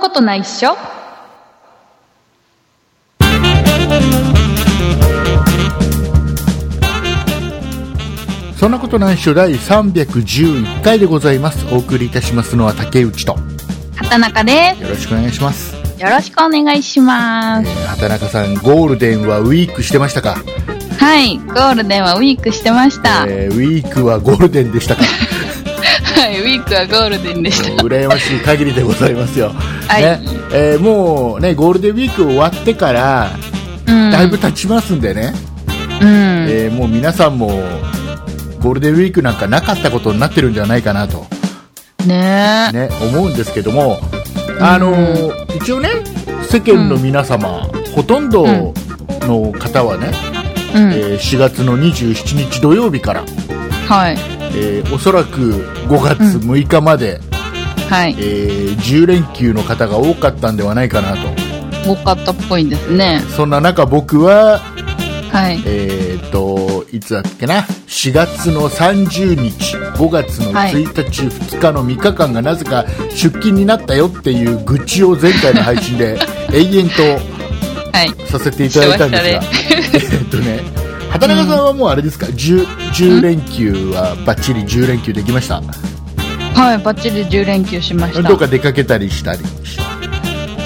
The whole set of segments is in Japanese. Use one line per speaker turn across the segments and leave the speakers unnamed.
ことないっしょ
そんなことないっしょ第311回でございます。お送りいたしますのは竹内と。
畑中で
よろしくお願いします。
すよろしくお願いし
え
ま
ー
す
畑中さん、ゴールデンはウィークしてましたか、
はいゴールデンはウィークしてました、
えーウィークはゴールデン でしたか
はいウィークはゴールデンでした
もう羨ましい限りでございますよ。
はい
ねえーもうね、ゴールデンウィーク終わってから、
うん
だいぶ経ちますんでね、
うん、
えーもう皆さんも、ゴールデンウィークなんかなかったことになってるんじゃないかなと。
ねえ
ね、思うんですけども、あのー一応ね世間の皆様、ほとんどの方はね、
うん、
えー4月の27日土曜日から、
はい
えーおそらく5月6日まで、
はい
えー10連休の方が多かったんではないかなと
多かったっぽいですね
そんな中僕は
はい
えー、といつだっけな4月の30日5月の
はい
1日、2日の3日間がなぜか出勤になったよっていう愚痴を前回の配信 で永遠
はい
とさせていただいたんですが、えーっとね畑中さんはもうあれですか 10, 10連休はバッチリ10連休できました
はいバッチリ10連休しました
どうか出かけたりしたりした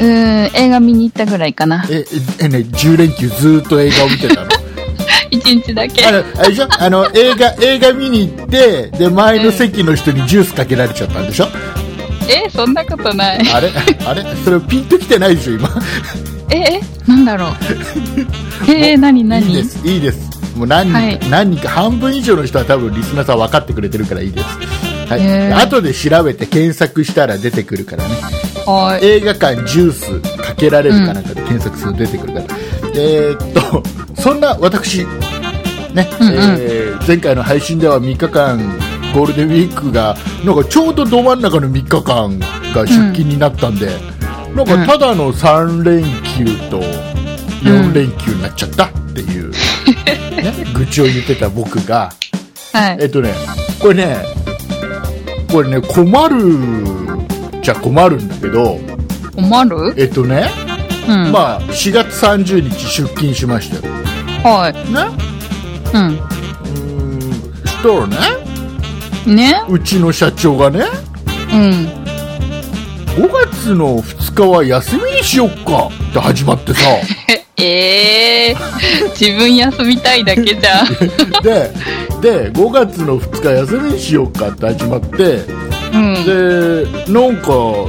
うん映画見に行ったぐらいかな
えええね10連休ずーっと映画を見てた の
1日だけ
あの、あれでしょあの、映画、映画見に行って、で、前の席の人にジュースかけられちゃったんでしょ
えそんなことない
あれあれそれピンときてないでしょ今。
ええなんだ ろうえー、何何
いいです、いいです。もう何人か、
はい
何人か、半分以上の人は多分リスナーさん分かってくれてるからいいです。は
へ
い。
ー
後で調べて検索したら出てくるからね。
はい
映画館ジュースかけられるかなんかで検索すると出てくるから。えーっと、そんな私、ね、
うんうん
えー前回の配信では3日間、ゴールデンウィークが、なんかちょうどど真ん中の3日間が出勤になったんで、なんかただの3連休と4連休になっちゃったって いう、ね、愚痴を言ってた僕が、
はい
えっとね、これね、これね、困るじゃ困るんだけど、
困る
えっとね、
うん、
まあ、4月30日出勤しましたよ。ね
はい。う
うーん、したらね、
ん。ね
うちの社長がね、
うん。
5月の2日は休みにしよっかって始 まってさ、
ええー、自分休みたいだけじゃん。
で、で、5月の2日休みにしよっかって始まって、
うん。
でなんか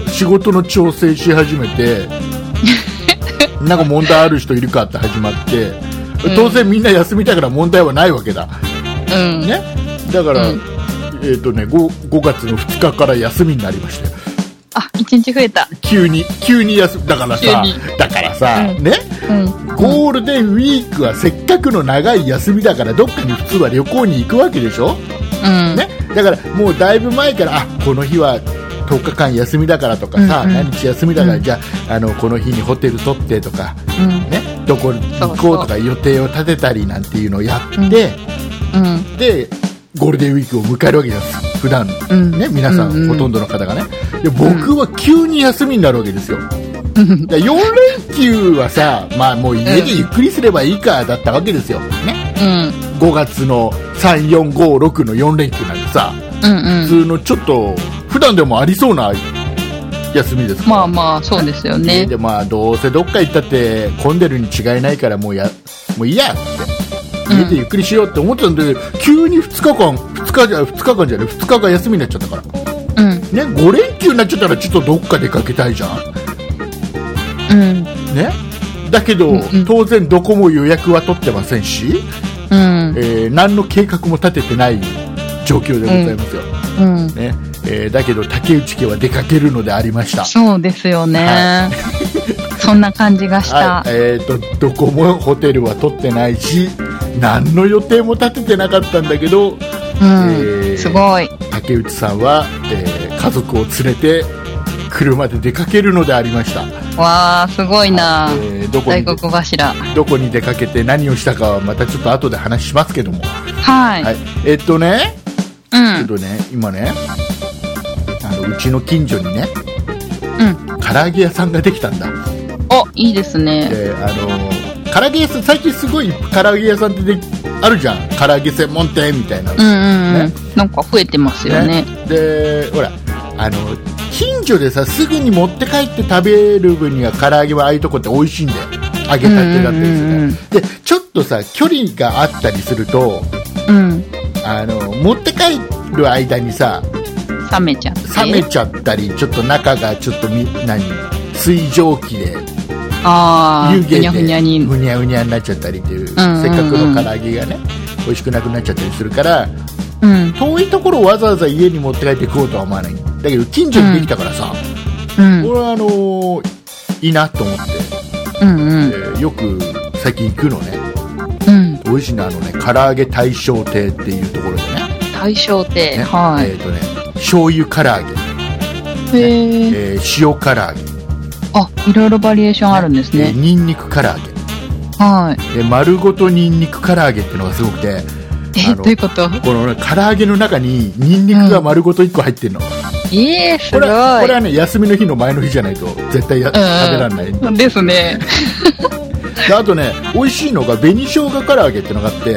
仕事の調整し始めて なんか問題ある人いるかって始まって
うん
当然みんな休みだから問題はないわけだ、
うん。
ねだから、
うん
えっ、とね 5, 5月の2日から休みになりましたよ
あ、一日増えた。
急に急に休みだからさ
急に
だからさ、
うん
ね
うん。
ゴールデンウィークはせっかくの長い休みだからどっかに普通は旅行に行くわけでしょ、
うん。
ね、だからもうだいぶ前からあこの日は10日間休みだからとかさ、
うんうん
何日休みだから、
うん
じゃああのこの日にホテル取ってとか、
うん。
ね、どこに行こうとか予定を立てたりなんていうのをやって、
うんうん。
でゴールデンウィークを迎えるわけです普段
うん。
ね皆さん、
うう
ほとんどの方がねで僕は急に休みになるわけですよ、
うん。
で4連休はさ、まあ、もう家でゆっくりすればいいかだったわけですよ、ね、
うん。
5月の3456の4連休なんてさ、
うん。うん。
普通のちょっと普段でもありそうな休みです
まあまあ、そうですよね。
でまあどうせどっか行ったって混んでるに違いないからもうやもういいやって
うん
家でゆっくりしようって思ってたんだけど、急に2日間2日じゃ2日間じゃない2日が休みになっちゃったからね
うん。
5連休になっちゃったらちょっとどっか出かけたいじゃん
うん。
ねだけど、
うんうん
当然どこも予約は取ってませんし、
うん。
えー何の計画も立ててない状況でございますよ、
うん。
ねえーだけど竹内家は出かけるのでありました
そうですよね。そんな感じがした。
はい、えっ、とどこもホテルは取ってないし何の予定も立ててなかったんだけど
う
えー
ん。すごい。
竹内さんは、えー家族を連れて車で出かけるのでありました、
わあ、すごいな。
えーどこ
大
に
黒柱。
どこに出かけて何をしたかはまたちょっと後で話しますけども、は
はい
い。えっ、とね、
う
えっ
ん。
とね今ねあのうちの近所にね
うん。
唐揚げ屋さんができたんだ
お、いいですね。
であの唐揚げ屋さん最近すごい唐揚げ屋さんってであるじゃん唐揚げ専門店みたいな
う
の
んうんうん
ね。
なんか増えてますよね。
でほらあの近所でさすぐに持って帰って食べる分には唐揚げはああいうとこって美味しいんだよ揚げたてだったりす
うんうんう
る
ん
からでちょっとさ距離があったりすると
うん。
あの持って帰る間にさ
冷めちゃって。
冷めちゃったりちょっと中がちょっとみ何水蒸気で
ああ、
湯
ふ
気で
にゃふにゃに。
ふにゃふにゃになっちゃったりっていう,、
んうんうん
せっかくの唐揚げがね美味しくなくなっちゃったりするから
うん。
遠いところをわざわざ家に持って帰って食おうとは思わないだけど近所にできたからさ、
うん。
俺はあのーいいなと思って、
うんう
え
ん。
ーよく最近行くのね
うん。
美味しいのあのね唐揚げ大正亭っていうところでね
大正亭。
ね
は
えっ、とね醤油唐揚
い。へえ。
げ、えー塩唐揚げ、
あ、いろいろバリエーションあるんです
え
ね。
ーにんにく唐揚げ
はい。
で丸ごとにんにく唐揚げっていうのがすごくてあ
え、
の
どういうこと
このね唐揚げの中ににんにくが丸ごと1個入ってるの、
ええ、す
こ
ご
れはこれはね休みの日の前の日じゃないと絶対や、食べられないで
い。です ね。
あとね美味しいのが紅生姜唐揚げってのがあって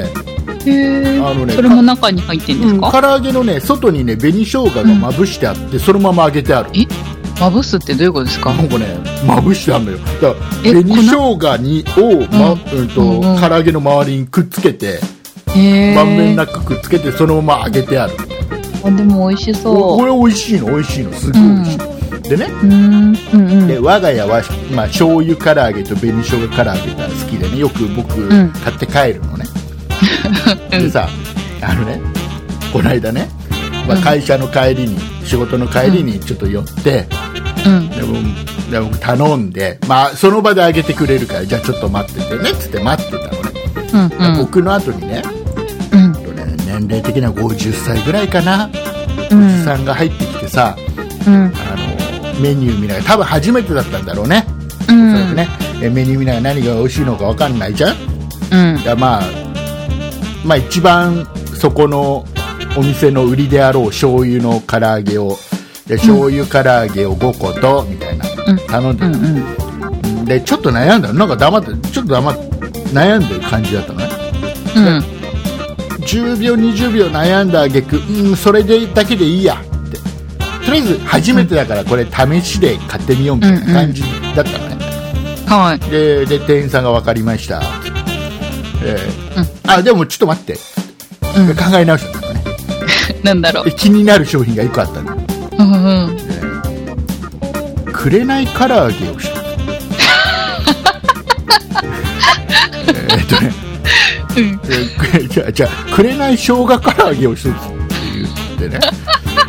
へえ。
あのね
それも中に入ってんです
うん
か
唐揚げのね外にね紅生姜がまぶしてあって、そのまま揚げてある
まぶすってどういうことですか
なんかねまぶしてあるのよだから
え
紅生姜にを、ま
うん
うんと
うんうん
唐揚げの周りにくっつけて
へえ。
まんべんなくくっつけてそのまま揚げてある
あでも美味し
こ
そう。
れ美味しいの美味しいのすごい美味しい、でね
うーん。うんう
で
ん。
我が家は、まあ、醤油唐揚げと紅生姜唐揚げが好きでねよく僕、
ん
買って帰るのね
うん
でさあのねこの間ね、まあ、
うん
会社の帰りに、仕事の帰りにちょっと寄って、
うん。
で僕で僕頼んで、まあ、その場であげてくれるからじゃあちょっと待っててねっつって待ってたのね、
うん
で僕の後にね
うん。
あとね年齢的には50歳ぐらいかな、
う
お
ん。
じさんが入ってきてさ
うん。
あのメニュー見ながら多分初めてだったんだろうね
う
おそら
ん。
くね、えメニュー見ながら何が美味しいのか分かんないじゃん
うん。
だまあまあ一番そこのお店の売りであろう醤油の唐揚げをで醤油唐揚げを5個とみたいな、
うん
頼んで
う
た
んうん。
でちょっと悩んだのなんか黙ってちょっと黙って悩んでる感じだったのね
うん。
10秒20秒悩んだ挙句うんそれでだけでいいやってとりあえず初めてだからこれ試しで買ってみようみたいな感じだったのね、
はい。
でで店員さんが分かりました、えー
うん
あでもちょっと待って、
うん
で考え直したんだよね
なんだろう
で。気になる商品が1個あったの
うんうん。
紅唐揚げをしたえーっとね
うん。
え じゃあじゃあ紅生姜唐揚げを一つって言っ てね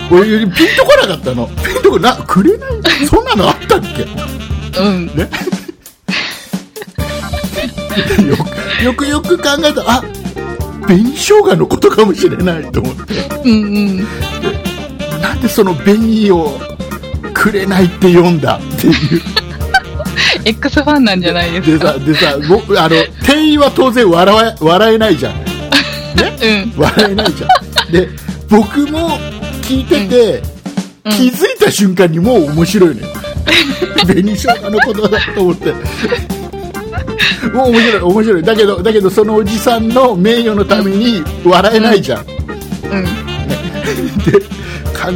俺ピンとこなかったのピンとこな紅そんなのあったっけ
うん。
ね よくよくよく考えたらあ紅生姜のことかもしれないと思って
うんうん。
なんでその紅をくれないって読んだっていう
X ファンなんじゃないです
で
か。
さでさ僕あの店員は当然笑え笑えないじゃん
うん。
笑えないじゃんで僕も聞いてて、
うん
気づいた瞬間にもう面白いのよ紅生姜のことだと思ってもう面白い面白いだけどだけどそのおじさんの名誉のために笑えないじゃん、で
うん。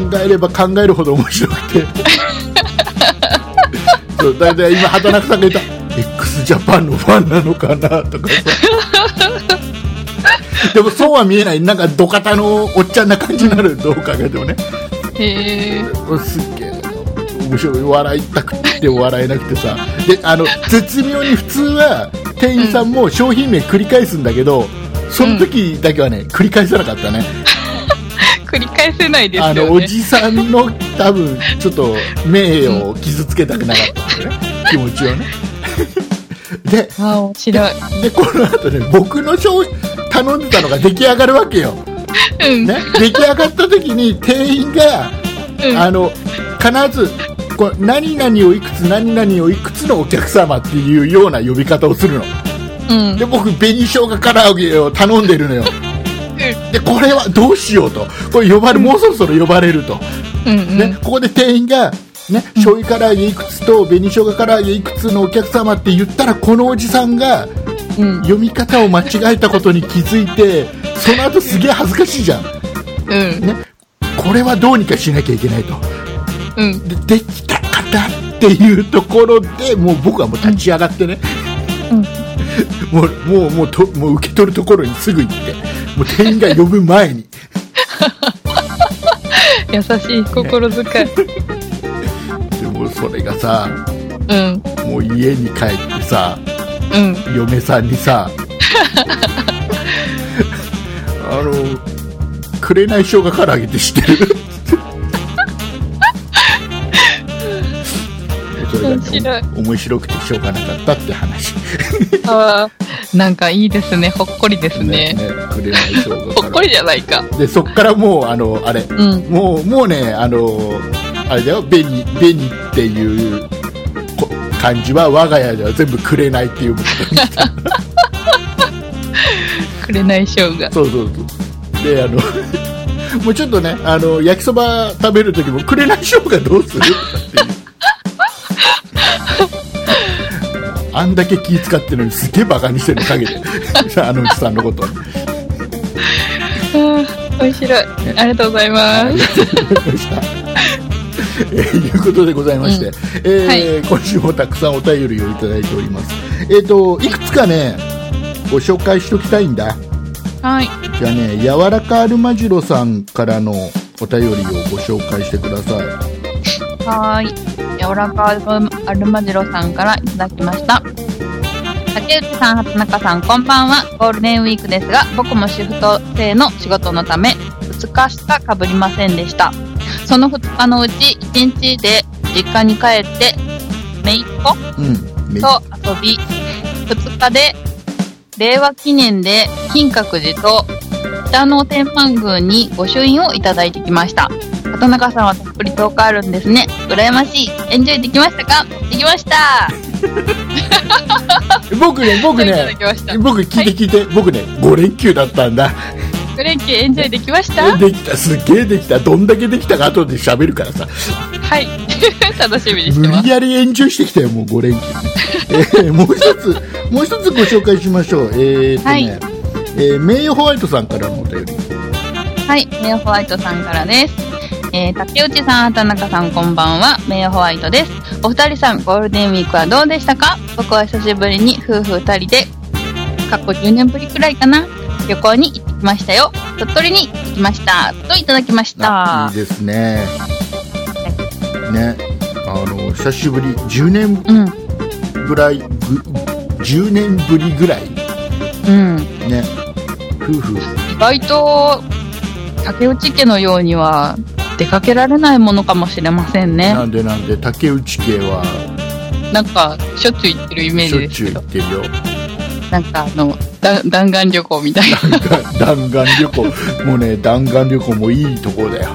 考えれば考えるほど面白くて そうだいたい今畑中さんが言った x ジャパンのファンなのかなと かさでもそうは見えないなんか土方のおっちゃんな感じになるどう考えてもね
へえ。
うんすっげえ面白い笑いたくて笑えなくてさであの絶妙に普通は店員さんも商品名繰り返すんだけどその時だけはね繰り返さなかったね
繰り返せないです
あ
よね。
のおじさんの多分ちょっと名誉を傷つけたくなかったんだよね気持ちをね で
あー、面白い。
でこの後ね僕の商品頼んでたのが出来上がるわけよ、
うん。
ね、出来上がった時に店員が
うん。
あの必ずこう何々をいくつ何々をいくつのお客様っていうような呼び方をするの
うん。
で僕紅生姜唐揚げを頼んでるのよでこれはどうしようとこれ呼ばれもうそろそろ呼ばれると、
うん。うん。
ね、ここで店員がね、醤油唐揚げいくつと紅生姜唐揚げいくつのお客様って言ったらこのおじさんが
うん。
読み方を間違えたことに気づいてその後すげえ恥ずかしいじゃん、
うん。
ね、これはどうにかしなきゃいけないと
うん。
でできた方っていうところでもう僕はもう立ち上がってね、もうもうもうともう受け取るところにすぐ行ってもう店員が呼ぶ前に
優しい心遣い。
でもそれがさ
うん。
もう家に帰ってさ
うん。
嫁さんにさあの「紅生姜唐揚げ」って知ってるそれが
面
ね
白い
面白くてしょうがなかったって話
ああ、なんかいいですね。ほっこりですね。
紅生姜唐揚げ
ほっこりじゃないか。
でそっからもうあのあれ
うん。
もうもうねあのあれだよ紅紅っていうこ漢字は我が家では全部紅っていうもの
くれない生姜。
そうそうそうであの もうちょっとねあの焼きそば食べる時も「くれない生姜どうする?」 とかっていうあんだけ気使ってるのにすげえバカにしてるの陰で あのおじさんのこと
ああ、面白い。ありがとうござい
あ
ま
り
す。
がとうございました。えーいうことでございまして、
うん
えー今週もたくさんお便りをいただいております。えっ、といくつかねご紹介しておきたいんだ。
はい。
じゃあね柔らかアルマジロさんからのお便りをご紹介してください。
はーい。柔らかアルマジロさんからいただきました。竹内さん、畑中さん、こんばんは。ゴールデンウィークですが、僕もシフト制の仕事のため、2日しか被りませんでした。その2日のうち、1日で実家に帰って、姪っ子
うん。め
と遊び、2日で令和記念で金閣寺と北の天満宮にご朱印をいただいてきました。畑中さんはたっぷりトークあるんですね。羨ましい。エンジョイできましたかできました
僕ね僕
いただ
ね
きました。
僕聞いて聞いて、僕ね5連休だったんだ。
グレンキーエンジョイできました
できたすっげえできたどんだけできたか後で喋るからさ。
はい。 楽しみにし
無
てま
理
す。
やり炎上してきたよもう5 連休、えーもう一つもう一つご紹介しましょうえー、っとね、
はい
えーメイホワイトさんからのお便り
はい。メイホワイトさんからです。えー、竹内さん、畑中さん、こんばんは。メイホワイトです。お二人さん、ゴールデンウィークはどうでしたか僕は久しぶりに夫婦二人で、過去10年ぶりくらいかな、旅行に行ってきましたよ。鳥取に行きました。といただきまし
あ
た
いい。ですねねあの久しぶり10年
うん。
ぐらいぐ10年ぶりぐらい
うん。
ね夫婦
意外と、竹内家のようには、出かけられないものかもしれませんね
な。んでなんで竹内家は
なんか、しょっちゅう行ってるイメー
し
ジ
ょっ
です
ちゅ
け
う行
ど
っ、てるよ
なんかあの、だ弾丸旅行みたい な。
弾丸旅行もうね弾丸旅行もいいとこだよ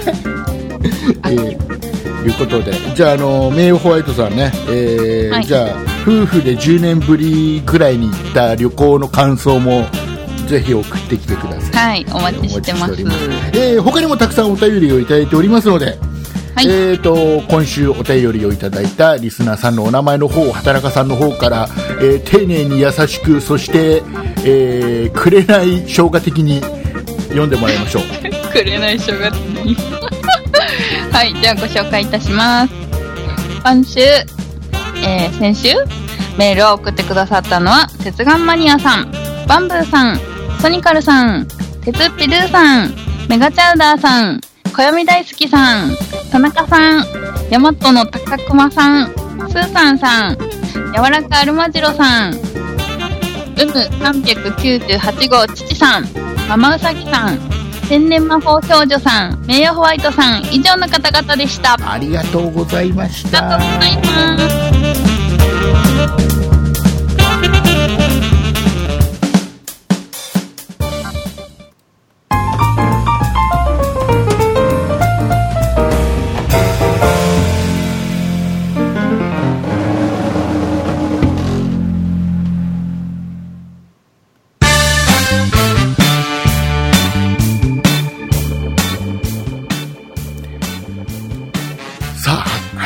えー、いうことでじゃああのメイホワイトさんね、えー
はい
じゃあ夫婦で10年ぶりぐらいに行った旅行の感想もぜひ送ってきてください、
はい、お待ちしてま
お待ちして
す。
おりますえー他にもたくさんお便りをいただいておりますので、
はい
えー、と今週お便りをいただいたリスナーさんのお名前の方畑中さんの方から、えー丁寧に優しくそして、えー、くれない生姜的に読んでもらいましょう
くれない正月に。 はい、じゃあご紹介いたします。今週、えー先週、メールを送ってくださったのは、鉄眼マニアさん、バンブーさん、ソニカルさん、鉄ピルーさん、メガチャウダーさん、暦大好きさん、田中さん、ヤマトの高熊さん、スーさんさん、柔らかアルマジロさん、うむ398号父さん、ママウサギさん、天然魔法少女さん、名誉ホワイトさん、以上の方々でした。あり
ありがとうございまし
が
た
とうございます。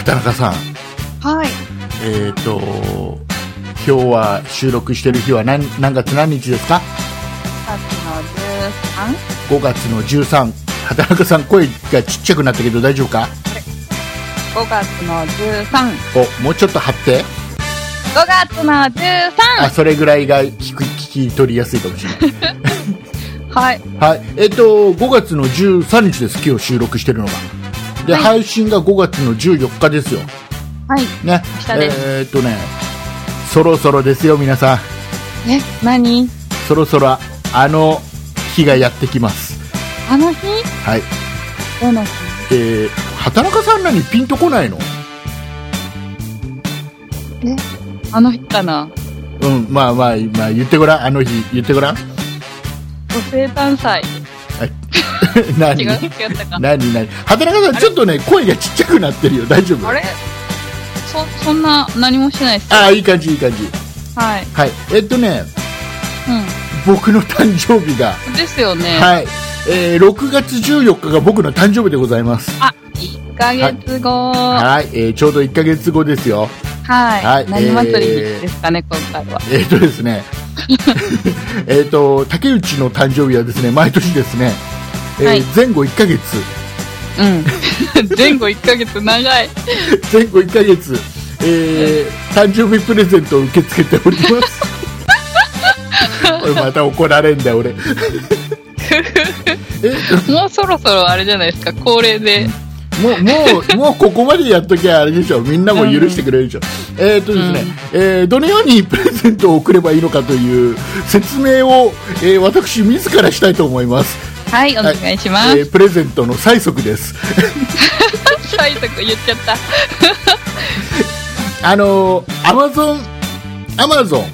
加さん、
はい。
えっ、と、今日は収録してる日は何何月何日ですか
さっき
?5 月の13。畑中さん、声がちっちゃくなったけど大丈夫か
の 13?5 月の 13!
お、もうちょっと張って。
5月の 13!
あ、それぐらいが聞く、聞き取りやすいかもしれ ない。
はい。
はい、えっと、5月の13日です、今日収録してるのが。で、
はい
配信が5月の14日ですよ。
はい。
ね。
明日です
えーっとね、そろそろですよ、皆さん。
え、何
そろそろ、あの日がやってきます。
あの日
はい。
どの日
えー、畑中さんらにピンとこないの
あの日かな
うん、まあまあ、まあ、言ってごらん、あの日、言ってご らん。
お生誕祭。
何
違う違ったか。
何何畑中さん、ちょっとね、声がちっちゃくなってるよ、大丈夫
あれそ、そんな何もしてないっす。
あーいい感じ、いい感じ。
はい。
はい。えっとね、
う
僕の誕生日が、
ん。ですよね。
はい、えー6月14日が僕の誕生日でございます。
あ、1ヶ月後。は
はい、えーちょうど1ヶ月後ですよ。
い。
はい
何祭り
えー
ですかね、今回は。
えっ、とですね、えっと、竹内の誕生日はですね、毎年ですね、えー
はい
前後1ヶ月、
うん。 前後1ヶ月長い。
前後1ヶ月、えー誕生日プレゼントを受け付けております。これまた怒られんだよ、俺。え
もうそろそろあれじゃないですか、恒例で。
もう、もう、もうここまでやっときゃあれでしょ。みんなも許してくれるでしょ。えーっとですね、えーどのようにプレゼントを送ればいいのかという説明を、えー私自らしたいと思います。
はい、お願いします。
えープレゼントの催促です。
最速言っちゃった。
あのー、アマゾン、アマゾン、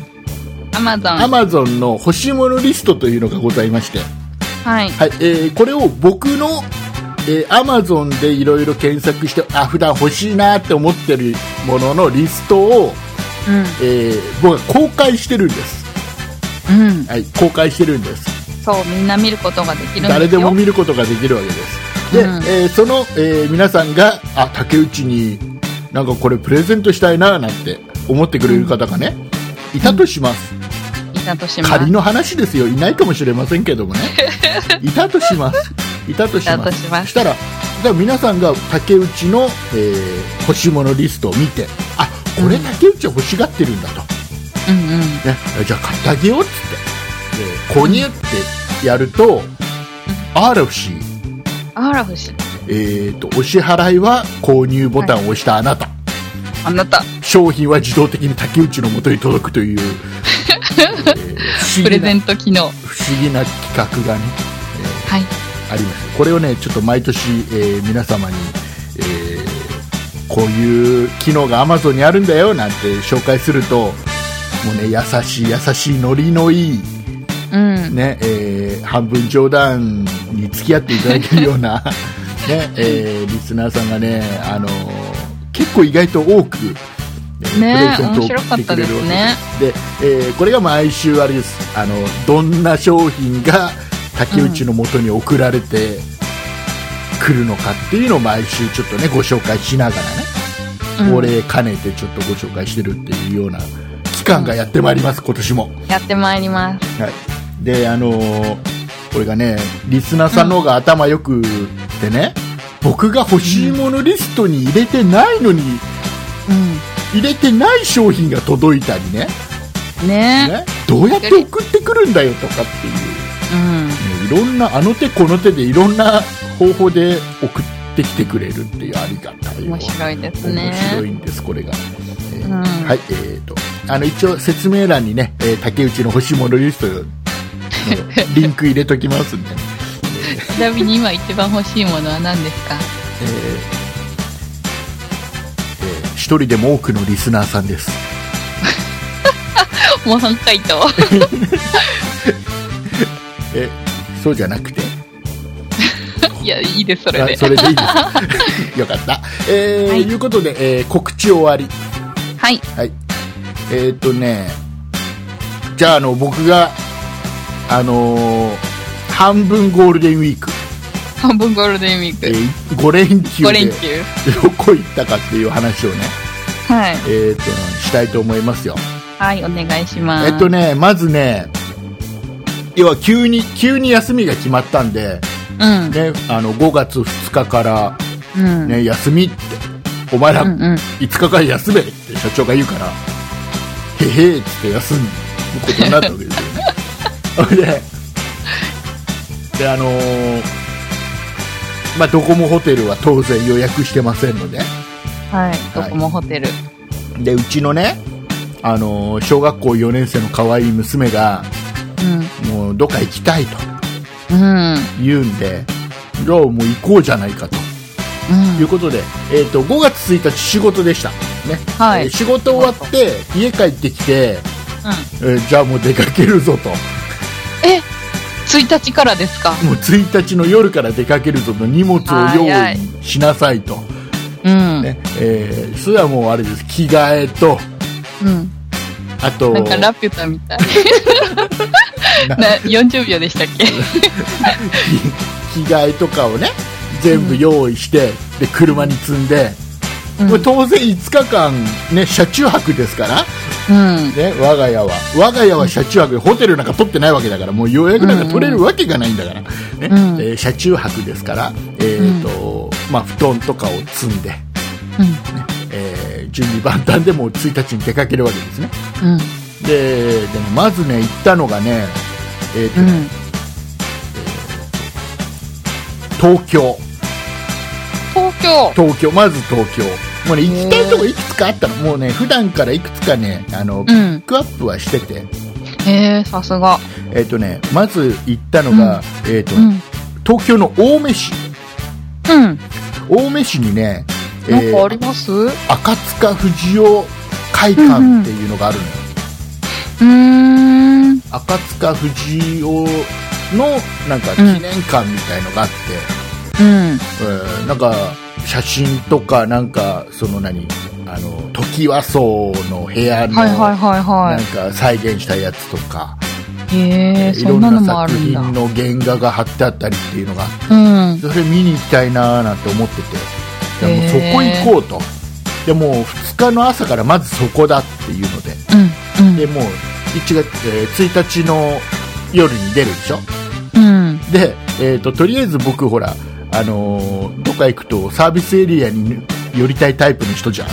アマゾ
ア
ン。
マゾンの欲しいものリストというのがございまして、
はい。
はい、えーこれを僕の、えー、Amazon でいろいろ検索して、あ、普段欲しいなって思ってるもののリストを、
う
えー僕は公開してるんです。
ん。うん。
はい、公開してるんです。
そう、みんな見ることができるんですよ。
誰でも見ることができるわけです。で、
うん
えーその、えー皆さんが、あ、竹内になんかこれプレゼントしたいななんて思ってくれる方がね、いたとします。
いたとします。
仮の話ですよ。いないかもしれませんけど もね。いたとします。いたとし
いた
ま
と
す。
します
したら、じゃあ皆さんが竹内の、えー欲しいものリストを見て、あ、これ竹内は欲しがってるんだと。
うんうん。
ね、じゃあ買ってあげようっつって、で購入ってやると、あら不思議、
あら、不思議。
えー、とお支払いは購入ボタンを押したあなた、
あなた、
商品は自動的に竹内の元に届くという、えー 不
プ
思
レ
議
ゼ
な
ント機能。は
不思議な企画がね
い。
ありますこれをねちょっと毎年、えー皆様に、えーこういう機能が Amazon にあるんだよなんて紹介するともうね優しい優しいノリのいい
うん。
ねえー半分冗談に付き合っていただけるよ うな、ねえーリスナーさんがね、あのー結構意外と多く、えー
ね
プレゼントを送ってくれるわけですで、えーこれが毎週あれですあのどんな商品が竹内の元に送られてくるのかっていうのを毎週ちょっとねご紹介しながらね、
うん
お礼兼ねてちょっとご紹介してるっていうような期間がやってまいります、今年も。
やってまいります。
はい、であのーこれがねリスナーさんの方が頭よくてね、僕が欲しいものリストに入れてないのに
う
入れてない商品が届いたりね
ん。ね
ねどうやって送ってくるんだよとかっていう
うん。
ね、いろんなあの手この手でいろんな方法で送ってきてくれるっていうありがたいよ
面白いですね
面。白いんですこれが、えー
うん
はいえー、とあの一応説明欄にね、えー竹内の欲しいものリストのリンク入れときますんで、
ちなみに今一番欲しいものは何ですか
えーえー一人でも多くのリスナーさんです
模範解答。
えそうじゃなくて
いや、いいです、それ
あ
で。
それでいいです よかったえー
はい
い、うことで、えー告知終わり
はい。
はい。えーっ、とね、じゃあ、あの、僕が、あのー半分ゴールデンウィーク、
半分ゴールデンウィー
え
ク。
5連休
5
で
連
ど
休。
こ行ったかっていう話をね、
はい。
えー、としたいと思いますよ。
はい、お願いします。
えっとね、まずね、要は急に、急に休みが決まったんで、
うん。
ね、あの、5月2日から、
うん。
ね、休みって、お前ら
うんうん。
5日間休めって社長が言うから、へへーっつって休むことになったわけですよね。 それで、で、あのーまあ、ドコモホテルは当然予約してませんので、
はい。ドコモホテル。
で、うちのね、あのー小学校4年生の可愛い娘が、もうどっか行きたいと
うん。うん。
言うんで、じゃあもう行こうじゃないかと
うん
いうことで、えっ、と、5月1日仕事でした。ね。
はい
えー仕事終わって、家帰ってきて、えーじゃあもう出かけるぞと、
え、1日からですか
もう1日の夜から出かけるぞと、荷物を用
早い
意しなさいと、
うん。
ねえーそれはもうあれです、着替えと、
うん。
あと、
なんかラピュタみ たい。な40秒でしたっけ
着替えとかをね、全部用意して、で車に積んで、
うん
これ当然5日間、ね、車中泊ですから、
うん。
ね、我が家は、我が家は車中泊、ホテルなんか取ってないわけだから、もう予約なんか取れるわけがないんだから、ね
うん
えー車中泊ですから、えーとまあ、布団とかを積んで。えー準備万端でもう1日に出かけるわけですね
うん。うん。
ででもまずね行ったのがね,、えーと
う
ね
ん。
東京
東京。
東京まず東京もうね行きたいとこいくつかあったのもうね普段からいくつかねあの、
う
ピッ
ん。
クアップはしてて
へえ、さすが。
えっ、とねまず行ったのが、えーと
うん。
東京の青梅市
うん。
青梅市にね、え
なんかあ
ー
りますう
赤塚不二夫会館っていうのがあるのよ、
ーん。
赤塚不二夫のなんか記念館みたいのがあって、
うん。
えーなんか写真とかなんかその何あの時和荘の部屋の
はいはい
な
はいは
んか再現したやつとか、
い。へえ、
い
そ
ろ
ん
ん
なの
な
もあ
作
るんだ。
品の原画が貼ってあったりっていうのがあって
うん。
それ見に行きたいなーなんて思っててでもうそこ
へー
行こうとでもう2日の朝からまずそこだっていうので
うん。
でもう1月、えー1日の夜に出るでしょ
うん。
で、えー、ととりあえず僕ほら、あのーどっか行くとサービスエリアに寄りたいタイプの人じゃん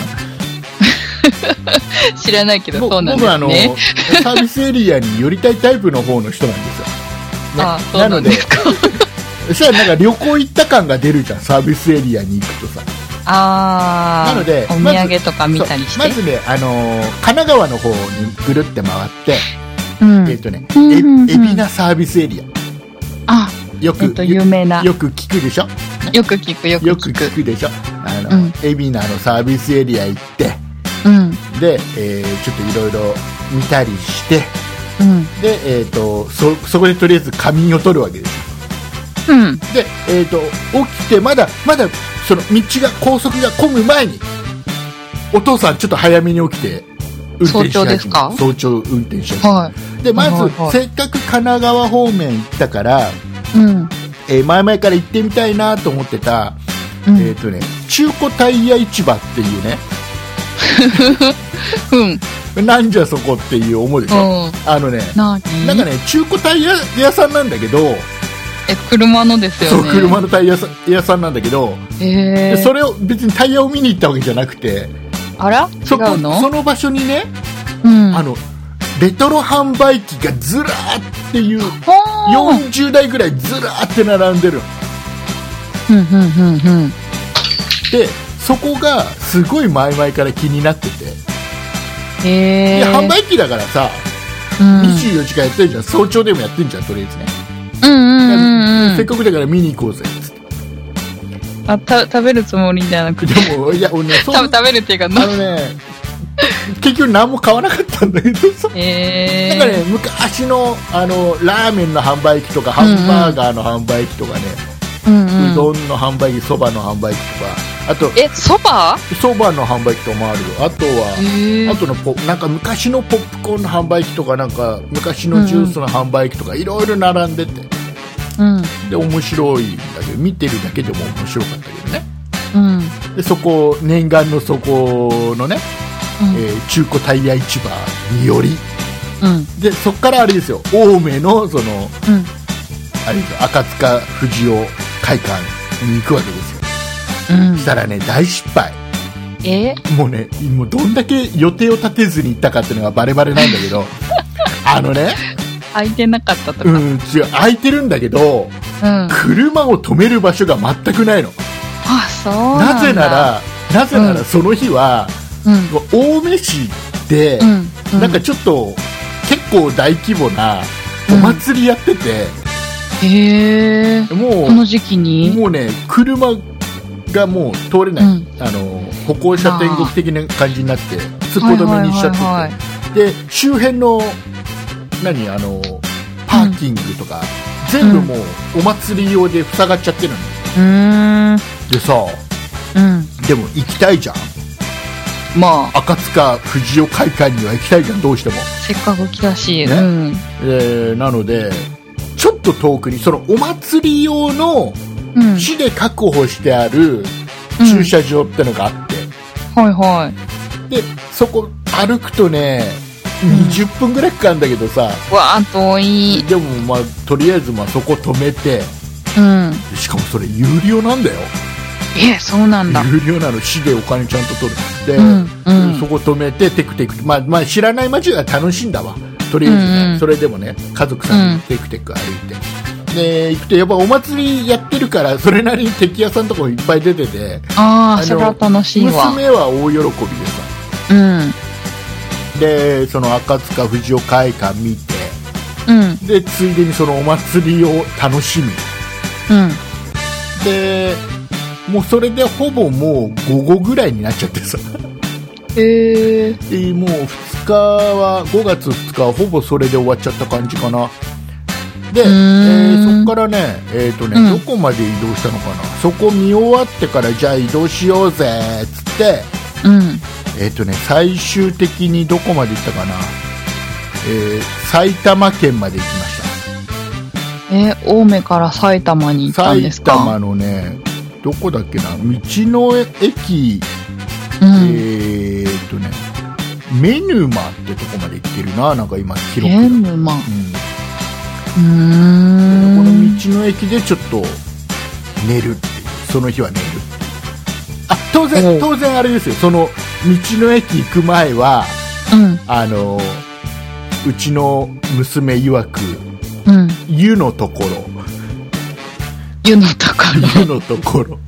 知らないけど、
僕
そうなん
僕
で
はあ
す
の
ね。
ーサービスエリアに寄りたいタイプの方の人なんですよ、ね
あそうなんです
なのでそしたらなんか旅行行った感が出るじゃんサービスエリアに行くとさ
ああ。
なので
お
ま
土
ず
産とか見たりし
そうま
て。
ずね、あのー神奈川の方にぐるって回って、
うん
えっ、とね
うん
え
うんうん
海老名サービスエリア
あ、
よく、
えっと、有名な。
よく聞くでしょ
よく聞く、よく
よく
聞く
聞。くでしょあの、
うん
海老名のサービスエリア行って
うん。
で、えーちょっといろいろ見たりして
うん。
で、えー、とそそこでとりあえず仮眠を取るわけですよ
うん。
で、えー、と起きてまだまだその道が高速が混む前にお父さんちょっと早めに起きて運
早朝ですか
早朝運転し始め
は
でまず、
はいはい
せっかく神奈川方面行ったから、
い。うん。
えー前々から行ってみたいなと思ってた
うん。
えっ、とね、中古タイヤ市場っていうね、
うん。
なんじゃそこっていう思うでしょ。
うん。
あのね、
なに
なんかね、中古タイヤ屋さんなんだけど、
え、車のですよ
そう、
ね。
車のタイヤさ屋さんなんだけど、
へ
で
え。
それを別にタイヤを見に行ったわけじゃなくて、
あら違
そこ、
う
そ
の
の場所にね、
うん。
あの、レトロ販売機がずらーっていう、
ほー
40台ぐらいずらーって並んでる。
うんうんうんうん。
で、そこがすごい前々から気になってて、
へえ。
で、販売機だからさ、
うん
24時間やってるじゃん、早朝でもやってんじゃん、とりあえずね。
うんうんうんう
せっ
ん。
かくだから見に行こうぜっつって
あ、た、食べるつもりじゃなくて。
でもいや俺ねそう
多分食べるっていうか、
あ
な。
のね結局何も買わなかったんだけどさ
へえ。
なんかね昔のあのラーメンの販売機とかハンバーガーの販売機とかね、
うん
う
うん。
どんの販売機そばの販売機とかあと
え、そば
そばの販売機とかもあるよあとは、
へえ
あ。とのポなんか昔のポップコーンの販売機とかなんか昔のジュースの販売機とかいろいろ並んでて、
うん。
で面白いんだけど見てるだけでも面白かったけどね
うん。
でそこ念願のそこのね、
うん
えー中古タイヤ市場により
うん。
でそこからあれですよ青梅のその
うん。
あれですよ赤塚不二夫会館に行くわけですよ
うん
そし。たらね大失敗
え
もうねもうどんだけ予定を立てずに行ったかっていうのがバレバレなんだけどあのね
空いてなかったと
う
か。
ん違う空いてるんだけど
うん。
車を止める場所が全くないの
あ、そうなんだ。
なぜな、らなぜな
う
ら
ん
その日は、
うん。
青梅市で、
うん。う
なんか、ちょっと結構大規模なお祭りやってて、
へえ。こ
も
の時期
う
に
もうね車がもう通れない、
うん
あの歩行者天国的な感じになって突っ
はい
込
は
止め
い
にしちゃってて、
はいはい
で周辺の何あのパーキングとか、全部もうお祭り用で塞がっちゃってるのよ
うーん。
でさ
うん。
でも行きたいじゃん
まあ、
赤塚不二夫会館には行きたいじゃんどうしても
せっかく来たし。
ね
うん。
えーなのでちょっと遠くにそのお祭り用の
うん。
市で確保してある駐車場ってのがあって、
はいは
でそこ歩くとね20分ぐらいかかるんだけどさ、
い。わあ、遠い。
でもまあとりあえずまあそこ止めて
うん。
しかもそれ有料なんだよ
え、そうなんだ。
有料なの市でお金ちゃんと取るで、
うんうん
そこ止めてテクテク、まあ、まあ知らない街が楽しいんだわとりあえずね、
うんうん
それでもね家族さんとテクテク歩いて、で行くとやっぱお祭りやってるからそれなりに敵屋さんとかもいっぱい出てて
あ
あの
あ、それは楽しいわ。
娘は大喜びでさ
うん。
でその赤塚不二夫会館見て
うん。
でついでにそのお祭りを楽しみ
うん。
でもうそれでほぼもう午後ぐらいになっちゃってさ
へえ。
でもう2日は5月2日はほぼそれで終わっちゃった感じかなで、え
ーん
ーそこからね,、えーとね
うん
どこまで移動したのかなそこ見終わってからじゃあ移動しようぜっつって、
うん。
えーとね、最終的にどこまで行ったかな、えー埼玉県まで行きまし
え、青梅から埼玉に行ったたんで
埼
すか
玉のねどこだっけな道の駅、
うん。
えーとねメヌマってとこまで行ってるななんか今記録が、
ゲームマン。
うん
うー
この
ん。
道の駅でちょっと寝るっていうその日は寝るあ当
お
然
う
当然あれですよその道の駅行く前は
うん。
あのうちの娘曰く
うん。
湯の ところ
湯のとこ
湯のところ、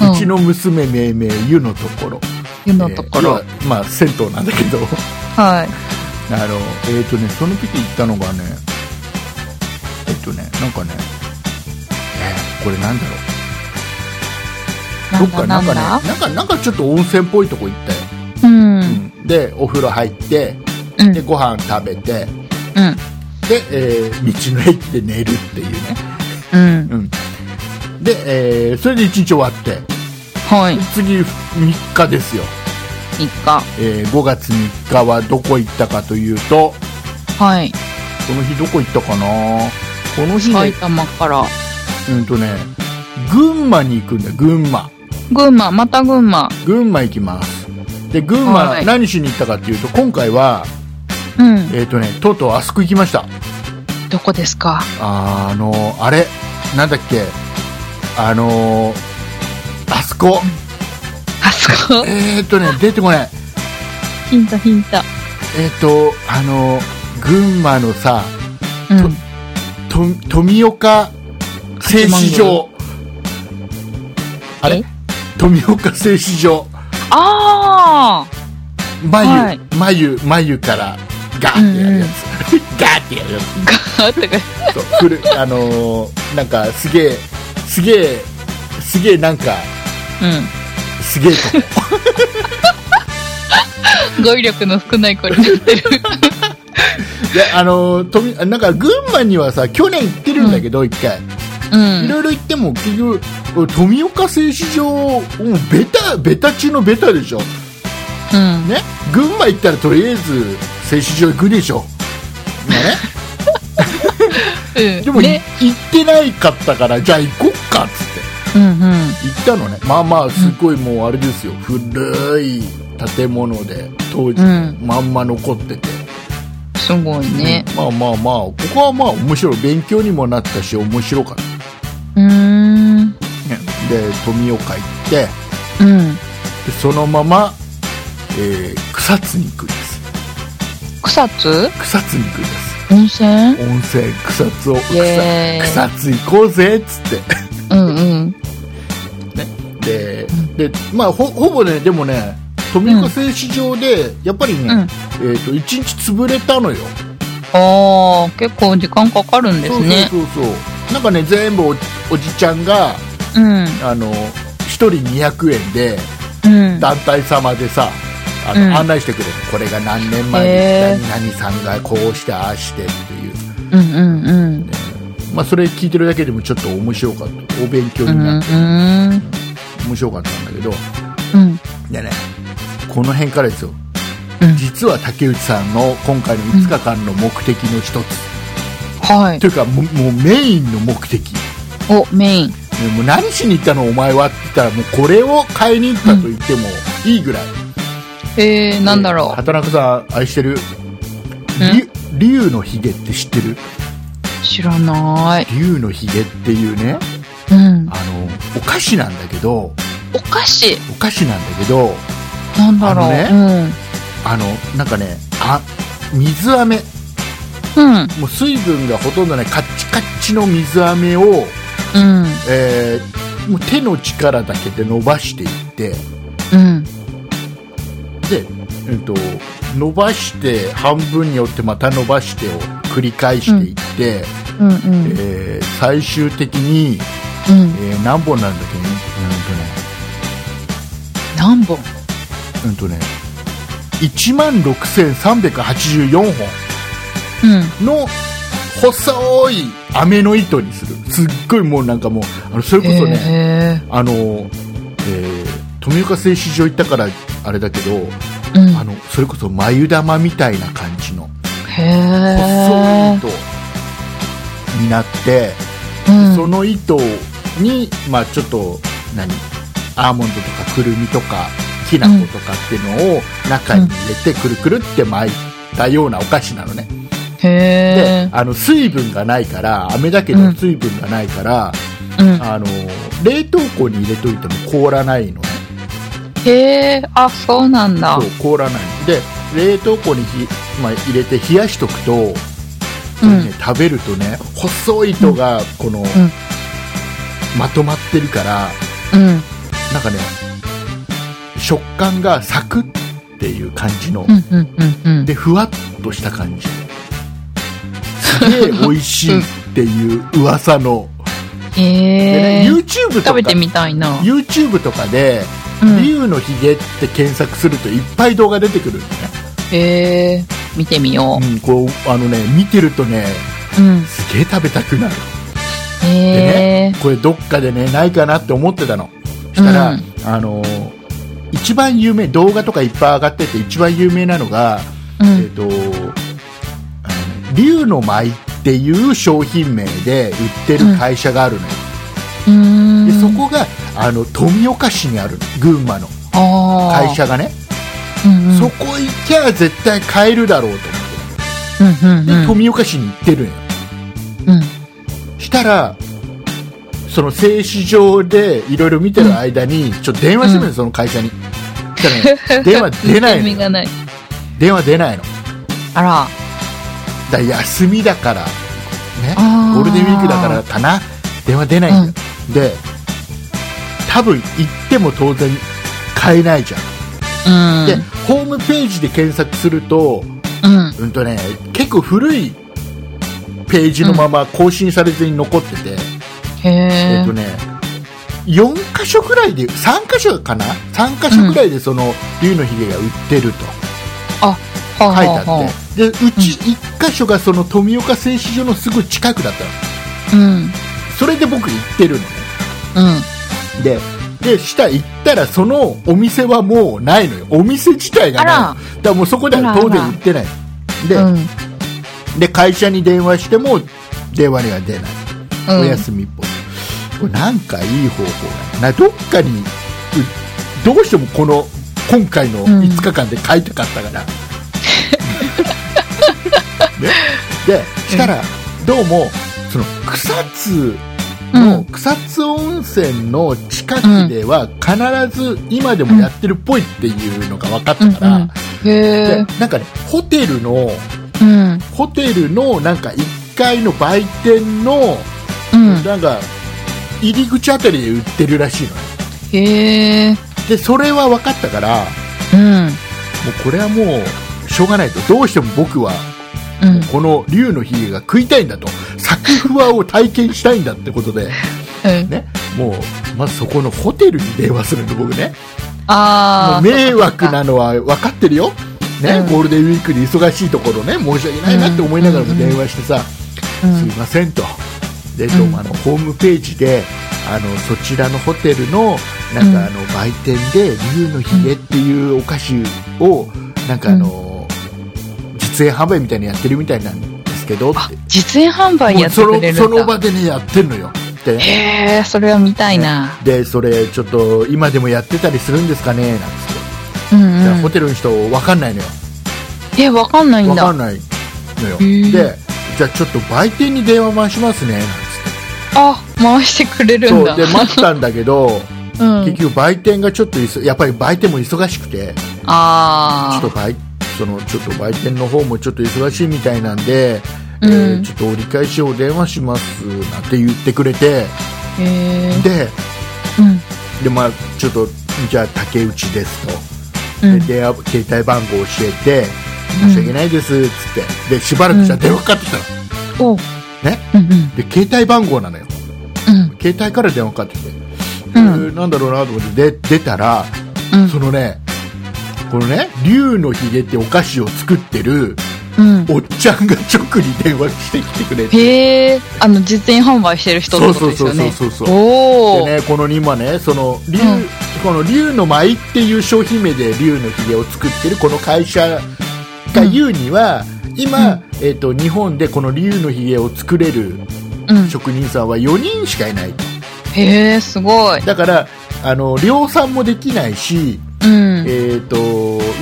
う
ろ。
ちの娘命名湯のところ
湯のところ。
えー要はまあ銭湯なんだけど
はい。
あのえっ、とねその時行ったのがねえっ、とねなんかねえーこれなんだろうどっかなんかねなんかなんかちょっと温泉っぽいとこ行ったよ、
うん。うん。
でお風呂入って
う
でご飯食べて
ん。
で、えー道の駅で寝るっていうね、
うん。
うん、で、えーそれで1日終わって
はい。
次3日ですよ、
3日。
え5月3日はどこ行ったかというと
はい。
この日どこ行ったかなこの日
埼
ね,、
玉から。
うんとね群馬に行くんだよ群馬
群馬、また群馬。
群馬行きますで群馬
はい
何しに行ったかというと今回は
うん。
えっ、とねとうとうあそこ行きました
どこですか
あーあのあれなんだっけあのーあそこ
あそ こ。
えー、っとね出てこない
ヒントヒント。
えー、っとあの群馬のさ
うん。
と富岡製糸場あれ
え
富岡製糸場
あ
眉、
はい
眉眉からガーってやるやつ、ガーってやるやつ
ーガーってか。
そうふるあのーなんかすげえすげえすげえなんか
う
すげえとこ
ん。語彙力の少ない子にな ってる。
いやあのーとみなんか群馬にはさ去年行ってるんだけど一、回
う
い
ん。
ろいろ行っても結局富岡製糸場もうベタベタ中のベタでしょ
うん。
ね群馬行ったらとりあえず製糸場行くでしょ、ね
うん
でも、
ね。
い行ってないかったからじゃあ行こっかっつっ
う
て
んうん。
行ったのねまあまあすごいもうあれですよ、古い建物で当時
うん
まんま残ってて、
すごいね。
まあまあまあここはまあ面白い勉強にもなったし面白かった
うーん。
ねで富岡行って
うん。
でそのまま、えー草津に行くんです
草津
草津に行くんです
温泉
温泉草津を
イエーイ
草草津行こうぜっつって
うんうん。
でで、まあ、ほほぼねでもね富岡製糸場で、やっぱりね、
うん
えー、と1日潰れたのよ
ああ、結構時間かかるんですね。
そうそうそうそうなんかね全部おおじちゃんが
うん。
あの1人200円で
うん。
団体様でさあの、
うん
案内してくれるこれが何年前
へ
に
ー
何々さんがこうしてああしてっていう、
うんうんうん。
まあ、それ聞いてるだけでもちょっと面白かったお勉強
う
に
ん
なって、
うん。
面白かったんだけど
うん。
でねこの辺からですよ
うん
実は竹内さんの今回の5日間の目的の一つ、
はい。
というかももうメインの目的
お、メイン。
ねもう何しに行ったのお前はって言ったらもうこれを買いに行ったと言ってもいいぐらい、
えー、なんだろ
畑中さん愛してるり竜のひげって知ってる
う。知らない。
竜のひげっていうね
うん。
あのお菓子なんだけど
お菓子
お菓子なんだけど
なんだろう。
ああのなんかねあ水飴
うん。うん。
もう水分がほとんどないカッチカッチの水飴を、
うん。
えーもう手の力だけで伸ばしていって
うん。
で、えっと伸ばして半分に折ってまた伸ばしてを繰り返していって、
うん。うん。
えー最終的に、
うん。
えー何本なんだっけね
何本
うんとねうんとね1万6384本
うん。
の細い飴の糸にするすっごいもうなんかもうあのそれこそね、
へー
あの、えー富岡製糸場行ったからあれだけど、
うん
あのそれこそ眉玉みたいな感じの細
へ
い糸になって、
ーうん
その糸に、まあ、ちょっと何アーモンドとかくるみとかきな粉とかっていうのを中に入れてくるくるって巻いたようなお菓子なのね、
へ
であの水分がないから飴だけど水分がないから、
ーうん
あの冷凍庫に入れといても凍らないのね
へーあ、そうなんだ。
そう凍らないで冷凍庫にひ、まあ、入れて冷やしとくと、
うん
ね食べるとね細い糸がこの、まとまってるから
うん。
なんかね食感がサクッっていう感じ
う
の、
ん。うん。うん。うん。
でふわっとした 感じすげえ美味しいっていう噂の、で
へ
ね
ー
YouTube とか
食べてみたいな。
YouTube とかで
う
「
ん。
竜のひげ」って検索するといっぱい動画出てくるんだね
へー見てみよ
うん、こうあのね見てるとね
う。うん。
すげえ食べたくなるで
へ
ね
ー
これどっかでねないかなって思ってたのしたら、
うん
あのー一番有名動画とかいっぱい上がってて一番有名なのが、
う
えっ、
ん。
とあのね竜の舞っていう商品名で売ってる会社があるのよ、
うーん。
でそこがあの富岡市にあるの群馬の
あー
会。社がね、
うんうん。
そこ行きゃ絶対買えるだろうと思
うん。うん。
って、
う
で
ん。
富岡市に行ってるのよ
うん。
したらその静止場でいろいろ見てる間に、ちょっと電話してみるの、その会社にしたら、 ね、電話出な
意
い
味
のよ
がない。
電話出ないのだか
あら。
ら休みだからね
あー
ゴールデンウィークだからかな電話出ないんだよ、で多分行っても当然買えないじゃん、
うん。
でホームページで検索すると
うん。
うんとね結構古いページのまま更新されずに残ってて、え
へ
っ、
ー
とね、4箇所くらいで、3箇所かな ?3 箇所くらいでその、竜のひげが売ってると
は
書いてあって、
はは
で、うち1箇所がその富岡製糸場のすぐ近くだったの。
うん。
それで僕行ってるのね。
うん。
で、で、下行ったらそのお店はもうないのよ。お店自体が
あ
ないの。
ら
だからもうそこでは
あらあら
当然行ってない。で、
うん。
で、会社に電話しても、電話には出ない、
うん
お休みっぽいこれなんかいい方法がないなどっかにうどうしてもこの今回の
うん
5日間で買いたか ったから、ねでしたらどうもその草津
うん。
の草津温泉の近くでは必ず今でもやってるっぽいっていうのが分かったから、
うんうん、へ
で
え。
なんかねホテルの
うん。
ホテルのなんか1階の売店の、
うん。
なんか入り口あたりで売ってるらしいのよ
へえ。
でそれは分かったからも
うん。
うこれはもうしょうがないとどうしても僕は
うん。
この竜のひげが食いたいんだと作不和を体験したいんだってことで
うん。
ねもうまずそこのホテルに電話するんで僕ねも
ああ。
う迷惑なのは分かってるよ、ね
うん
ゴールデンウィークに忙しいところね申し訳ないなって思いながらも電話してさ、
う
すい
ん。
ませんと、で
ん
どうもあのホームページであのそちらのホテルのなんかあの売店で竜のひげっていうお菓子をなんかあの実演販売みたいにやってるみたいなんですけどって
あ、実演販売
も
や
う
って
そ
くれる
の
んだ。
その場でねやってるのよってね
へえ、それは見たいな。
でそれちょっと今でもやってたりするんですかねなんつって
うん
だから
う
ホ
ん。
テルの人分かんないのよ
え、わかんないん
分か
だ
ん。ないのよ
ー
でじゃあちょっと売店に電話回しますねなんつ
あ、回してくれるん
ってそ
だ。
うで待ったんだけど
うん。
結局売店がちょっといそやっぱり売店も忙しくてちょ
あ
っと売そのちょっと売店の方もちょっと忙しいみたいなんで、
うん
えーちょっと折り返しを電話しますなんて言ってくれて
あ。へえ。
で
うん。
で、まあ、ちょっとじゃあ竹内ですと、
うん
で。電話携帯番号教えて申し訳ないですっつってでしばらくしたら電話かかってきたの、
おう。
ね
うんうん。
で携帯番号なのよ
うん。
携帯から電話かかってきて、
うん
えーなんだろうなと思ってで出たら
うん
そのね、このね、竜のひげってお菓子を作ってる
うん。
おっちゃんが直に電話してきてくれて、
へえ、あの、実演販売してる人ってことですよね。
そうそうそうそうそう
お
で
お、
ね、この今ね、その竜、
うん
この竜の舞っていう商品名で竜のひげを作ってるこの会社が言うには、今、
うん
えっ、と、日本でこの竜のひげを作れる
うん。
職人さんは4人しかいないと。
へえ、すごい。
だから、あの、量産もできないし、
うん。
えー、と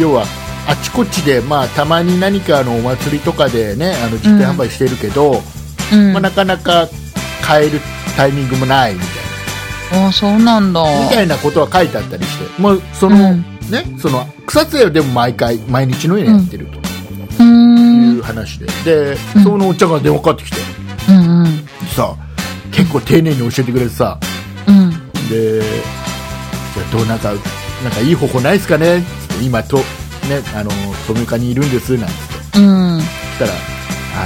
要はあちこちで、まあ、たまに何かあのお祭りとかで、ね、あの実店販売してるけど、
うん。
まあ、なかなか買えるタイミングもないみたい
ああ、そうなんだ。
なみたいなことは書いてあったりして、まあその
うん
ね、その草津屋でも毎回毎日のようにやってると
うー
い
ん。
う話で,、で
うん
そのおっちゃんが電話かかってきて
うんうん。
さ結構丁寧に教えてくれてさ
うん。
でじゃあどうなんかなんかいい方法ないですかねつって今と、ね、あの富岡にいるんですなんて。
うん。
ったら、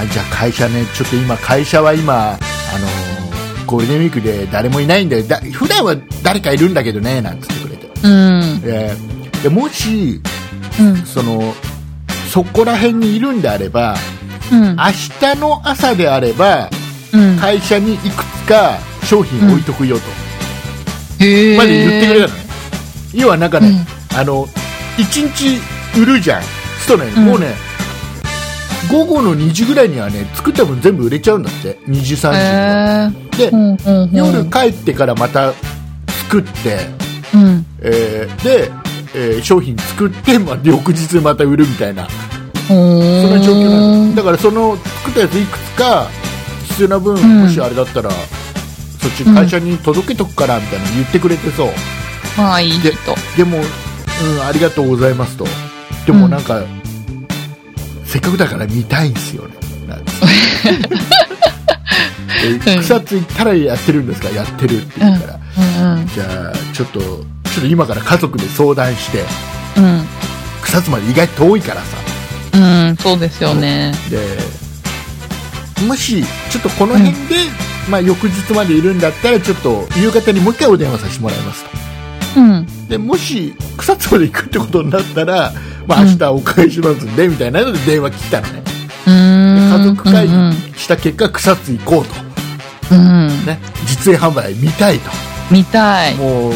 あじゃあ会社ね、ちょっと今、会社は今、あのーゴールデンウィークで誰もいないんで、だ普段は誰かいるんだけどね、なんつってくれて。
うん。
えーでもし、
うん。
その、そこら辺にいるんであれば、
うん。
明日の朝であれば、
うん。
会社にいくつか商品置いとくよと、
へえ。
まで言ってくれたのね。要はなんかね、
う
あの、1日売るじゃん。そうすると
うん
ね、もうね、午後の2時ぐらいにはね、作った分全部売れちゃうんだって。2時、3時には。
へえ。
で
う、んうんうん。
夜帰ってからまた作って、
うん。
えーで、えー商品作って、まあ、翌日また売るみたいな、
そ
そん
ん
な状況なんんだ。だからその作ったやついくつか、必要な分、
ん
もしあれだったら、そっち会社に届けとくからみたいな言ってくれてそう。
まあいい
で
人。
でも、うん、ありがとうございますと。でもなんか、せっかくだから見たいんで すよね。なんつってえ
うん
草津行ったらやってるんですかやってるって
うん。
言うから、
うん
じゃあちょっとちょっと今から家族で相談して
うん。
草津まで意外と遠いからさ
うん。うん。そうですよね。
でもしちょっとこの辺で、まあ、翌日までいるんだったらちょっと夕方にもう一回お電話させてもらいますと
うん。
でもし草津まで行くってことになったら、まあ、明日お返ししますんで、みたいなので電話切ったのね
うー
で
ん。
家族会
うん
議した結果草津行こうと、
うん。うん。
ね、実演販売見たいと
見たい。
もう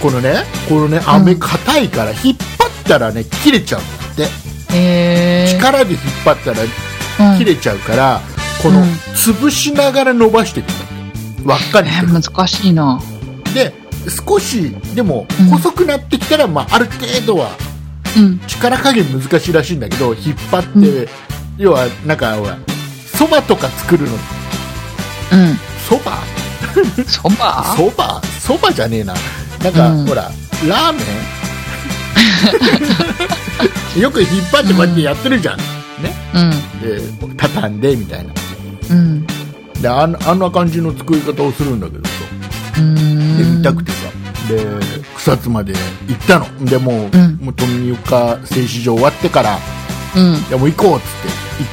このねこのね飴硬いから引っ張ったらね切れちゃうんだって
へえ。
力で引っ張ったら
うん
切れちゃうから、この
うん
潰しながら伸ばしていくの輪っかにして
え
いく
ー難しいな。
で少しでも
うん
細くなってきたら、まあ、ある程度は
うん。
力加減難しいらしいんだけど引っ張って、
う
要はなんかほらそばとか作るの
う
そば
ん。そば
そばそばじゃねえななんか、
うん
ほらラーメ ンよく引っ張ってこうやってやってるじゃん、
うん。
で畳んでみたいな
うん。
であんあんな感じの作り方をするんだけどさ
う
で
ーん。
見たくてさで草津まで行ったのでもう,、
うん
もう富岡製糸場終わってから
うん。
いやもう行こうっつ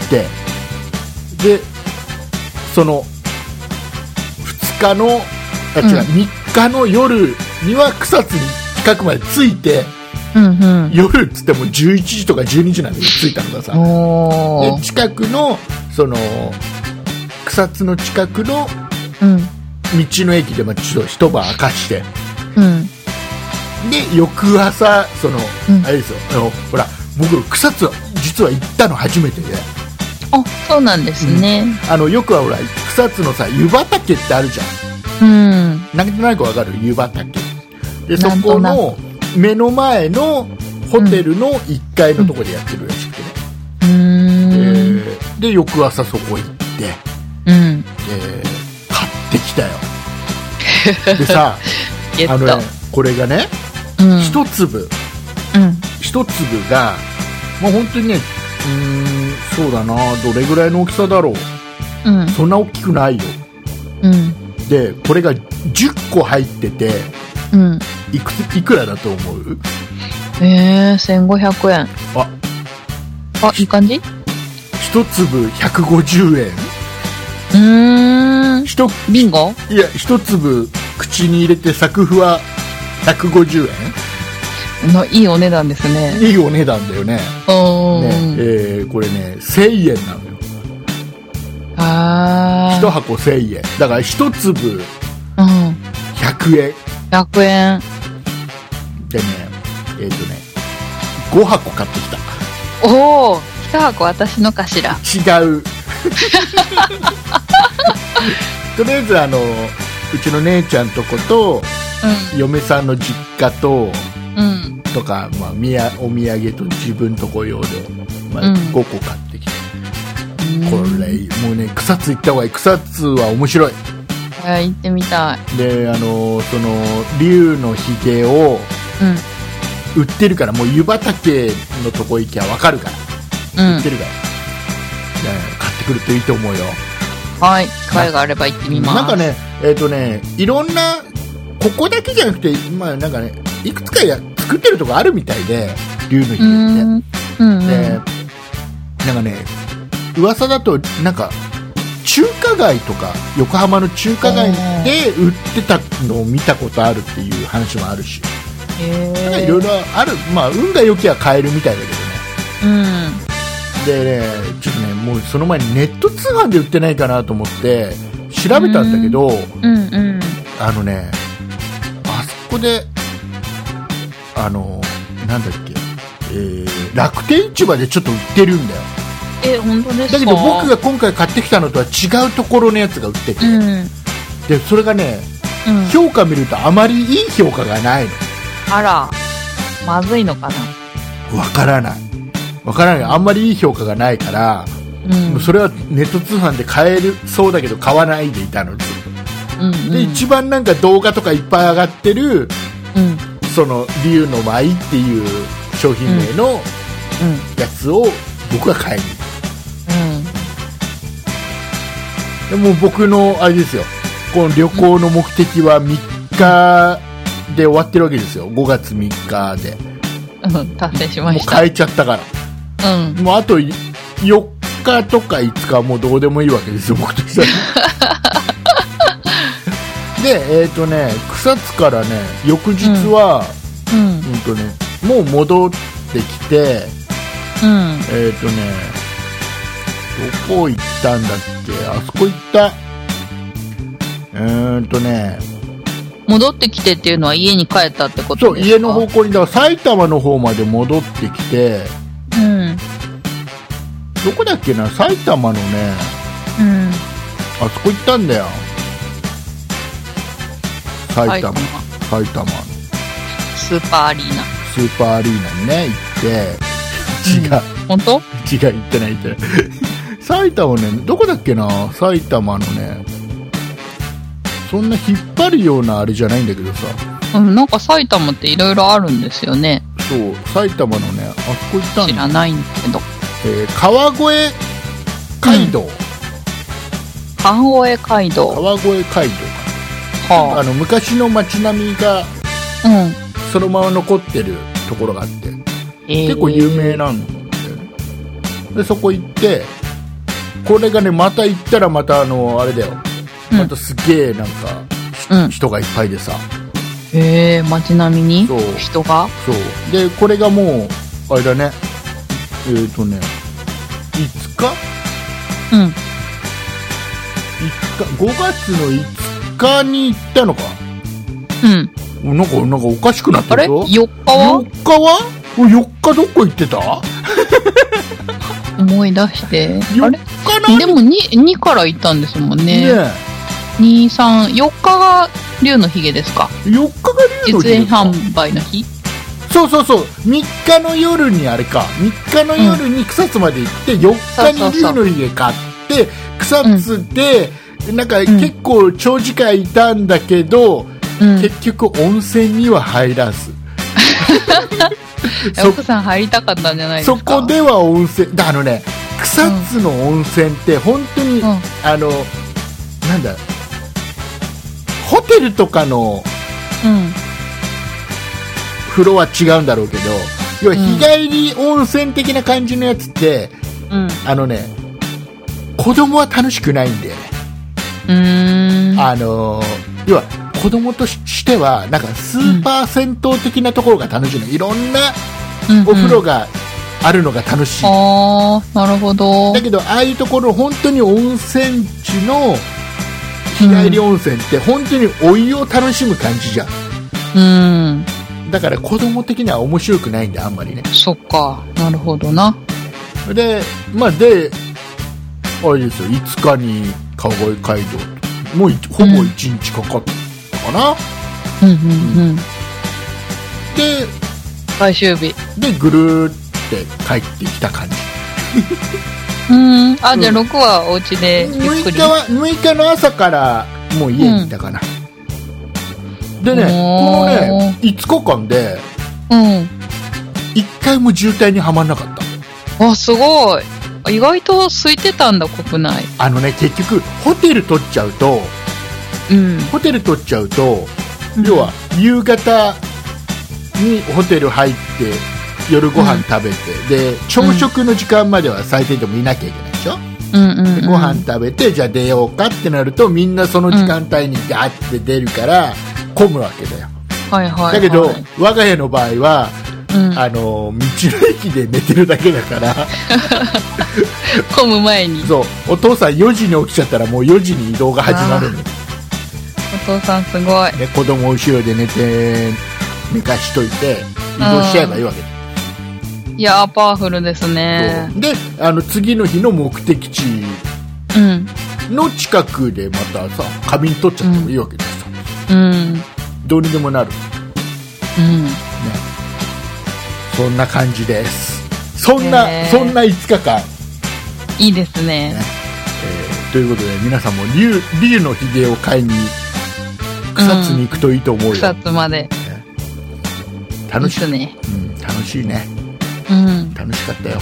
って行ってでその2日のあ違う、
うん
3日の夜には草津に近くまで着いて
うん。うん。
夜っつっても11時とか12時なんで着いたのがさ
お
で
ー。
近くのその草津の近くの道
うん。
の駅でまあちょっと一晩明かして
うん。
で翌朝その、
うん
あれですよあのほら僕草津は実は行ったの初めてで
あ、そうなんですね。
あのよくはほら草津のさ湯畑ってあるじゃ
うん。
んなんとなくわかる湯畑でそ
なん
こと
なく
の目の前のホテルの1階のところでやってるらしくてね、
うーん。
えーで翌朝そこ行って、
うん。
えー買ってきたよ でさ
ゲッ
あの、
ト
ね。、これがね
うん。
一粒
うん。
一粒が、まあ、本当にねうーんそうだなどれぐらいの大きさだろう
うん。
そんな大きくないよ
うん。
でこれが10個入ってて
うん。
いくついくらだと思う
えー、1500円。
あ
あ、いい感じう
一粒150円
ーん。
ひと
ビンゴ
いや一粒口に入れて作風は150
のいいお値段ですね。
円いいお値段だよ
う
ねね、え
ーん。
ーこれね1000円なのよ
あ
1箱1000円だから一粒
ー。うん。
100円
100円。
でねえっ、とね5箱買ってきた
おー、1箱私のかしら。
違う とりあえずあのうちの姉ちゃんとこと嫁さんの実家と
うん。うん。
とか、まあ、みやお土産と自分とこ用で、まあ
うん
5個買ってきて、これもうね草津行った方がいい草津は面白い
れ。行ってみたい。
であのその竜のひげを
うん。
売ってるからもう湯畑のとこ行きゃ分かるから
うん
売って。るから、ね買ってくるといいと思うよ
はい。機会があれば行ってみます。
なんか。ね、えっ、とね、いろんな、ここだけじゃなくて、まあなんかね、いくつかや作ってるとこあるみたいで、竜の
うーん。
家っ
うん、
て。
う
で
ん。
なんかね、噂だと、なんか、中華街とか、横浜の中華街で売ってたのを見たことあるっていう話もあるし、なんか
へ
い
え
ろいろある、まあ運が良きゃ買えるみたいだけどね。
うん。
でね、ちょっとね、もうその前にネット通販で売ってないかなと思って、調べたんだけど、
うんうん。
あのね、あそこで、あの、なんだっけ、えー楽天市場でちょっと売ってるんだよ。
え、本当ですか
だけど僕。が今回買ってきたのとは違うところのやつが売ってて、
うん。うん。
で、それがね、評価見るとあまりいい評価がない
あら。まずいのかな
の。わからない。わからない。あんまりいい評価がないから、
うん。
もうそれはネット通販で買えるそうだけど買わないでいたのずっ
うん
と。
う
で、
ん。
一番なんか動画とかいっぱい上がってる、
うん。うん。
その、理由の舞っていう商品名の、やつを僕が買いにでもう僕のあれですよこの旅行の目的は3日で終わってるわけですよ5月3日で
うん。うん。達成しま
もう
した。
変えちゃったか
うん
ら。もうあと4日とか5日はもうどうでもいいわけですよ僕とし てはでえっ、とね草津からね翌日は、
うん
うん、とねもう戻ってきて
うん。
えっ、ー、とね、どこ行ったんだっけあそこ行った。うーんとね、
戻ってきてっていうのは家に帰ったってこと
そ
で
う、
すか
家の方向に、だから埼玉の方まで戻ってきて、
うん。
どこだっけな、埼玉のね、
うん。
あそこ行ったんだよ埼玉埼玉
スーパーアリーナ。
スーパーアリーナにね行って違う、
本当
違う言ってない言って ない埼玉ねどこだっけな埼玉のねそんな引っ張るようなあれじゃないんだけどさ
うん、なんか埼玉っていろいろあるんですよね。
そう埼玉のねあそこ行った
知
んだ
ら
よ、
ないんだけど。
えー川越街道、
川越街道。
川越街道あ
は
の昔の街並みが
あ。うん。
そのまま残ってるところがあって
え
結構有名なんだよねでそこ行ってこれがねまた行ったらまたあのあれだよ
うん
またすげえなんか、
うん
人がいっぱいでさ
えー、街並みに
そう
人が
そうでこれがもうあれだねえっ、ー、とね
う
5日
ん。
5日5月の5日に行ったのか
うん。
なんかなんかおかしくなっ
あ
た
れ
けど
?4 日は
4日はお ?4 日どこ行ってた
思い出して。あ
?4
れ
日な
でも 2, 2から行ったんですもんね。
ね
2、3、4日が竜のヒゲですか。
4日が竜の
実演
日か
販売の日
そうそうそう3日の夜にあれか3日の夜に草津まで行って、4日に竜の家買って草津で、なんか結構長時間いたんだけど、
うん。
結局温泉には入 らずそ
奥さん入りたかったんじゃないです
そ
か
こでは温泉だあのね草津の温泉って本当に、
うん。
あのなんだホテルとかの
うん。
風呂は違うんだろうけど要は日帰り温泉的な感じのやつって、
うん。う
あのね子供は楽しくないんだよね、
ーん。
あの要は子供としてはなんかスーパー銭湯的なところが楽しいの、いろんな
うんうん
お風呂があるのが楽しい、
あー、なるほど。
だけどああいうところ本当に温泉地の日帰り温泉って本当にお湯を楽しむ感じじゃん
うん。
だから子供的には面白くないんだよあんまりね
そっか。なるほどな。
でまあであれですよ5日に川越街道もういほぼ1日かかったかな、
うんうんうん。
で
最終日。
でぐるーって帰ってきた感じ
うん。あ、じゃあ
うん
6はお家でゆっ
6
くり
日。は6日の朝からもう家にいたかな、でねこのね5日間で
うん。
1回も渋滞にはまんなかっ
あ、すごい。意外と空いてたんだ、国内。
たあのね結局ホテル取っちゃうと
うん。
ホテル取っちゃうと要は夕方にホテル入って夜ご飯食べて、で朝食の時間までは最低でもいなきゃいけないでしょ、
うんうんうん、
でご飯食べてじゃあ出ようかってなるとみんなその時間帯にガーって出るから混むわけだよ
はいはい、はい。
だけど、
うん、
我が家の場合はあの道の駅で寝てるだけだ から
混む前に。
そうお父さん4時に起きちゃったらもう4時に移動が始まるのよ、ね、
お父さんすごい。
子供を後ろで寝て寝かしといて移動しちゃえばいいわけ
いやー、パワフルですね。
であの次の日の目的地
うん。
の近くでまたさ仮眠取っちゃってもいいわけでさ、
うん。うん。
どうにでもなるねそんな感じですそんな、
へー
そんな5日間、
いいですね。
えーということで皆さんも竜竜のひげを買いに草津に行くといいと思うよ、
草津まで。
楽
で
しい
すね。
うん、楽しいね
うん。
楽しかったよ、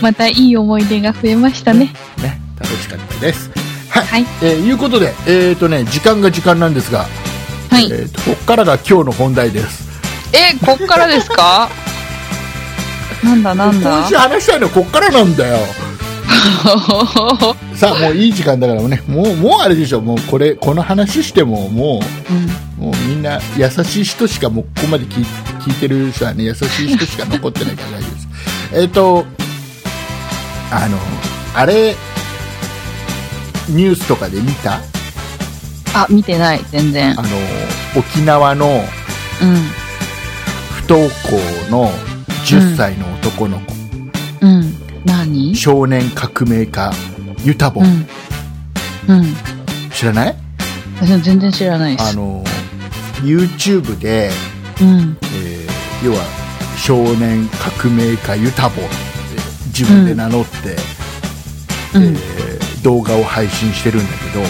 またいい思い出が増えましたね。
ね、楽しかったですはい、
はい。
えーいうことで、えーとね、時間が時間なんですが、
はい。
えーとこっからが今日の本題です
え、こっからです かなんだなん
今
だ
週話したいのはこっからなんだよさあもういい時間だからもうねもうもうあれでしょもうこれこの話してもも
うん。
うもうみんな優しい人しかもうここまで聞い聞いてる人はね優しい人しか残ってないから大丈 夫ですえっとあのあれニュースとかで見た
あ、見てない、全然
あ。の沖縄の
う
不登校の10歳の男の子
ん。うん。何
少年革命家ユタボン、
うん。うん。
知らない
私全然知らないで
あ
す。
の YouTube で、
うん。
えー要は少年革命家ユタボンって自分で名乗って、
うん
え。ー動画を配信してるんだけど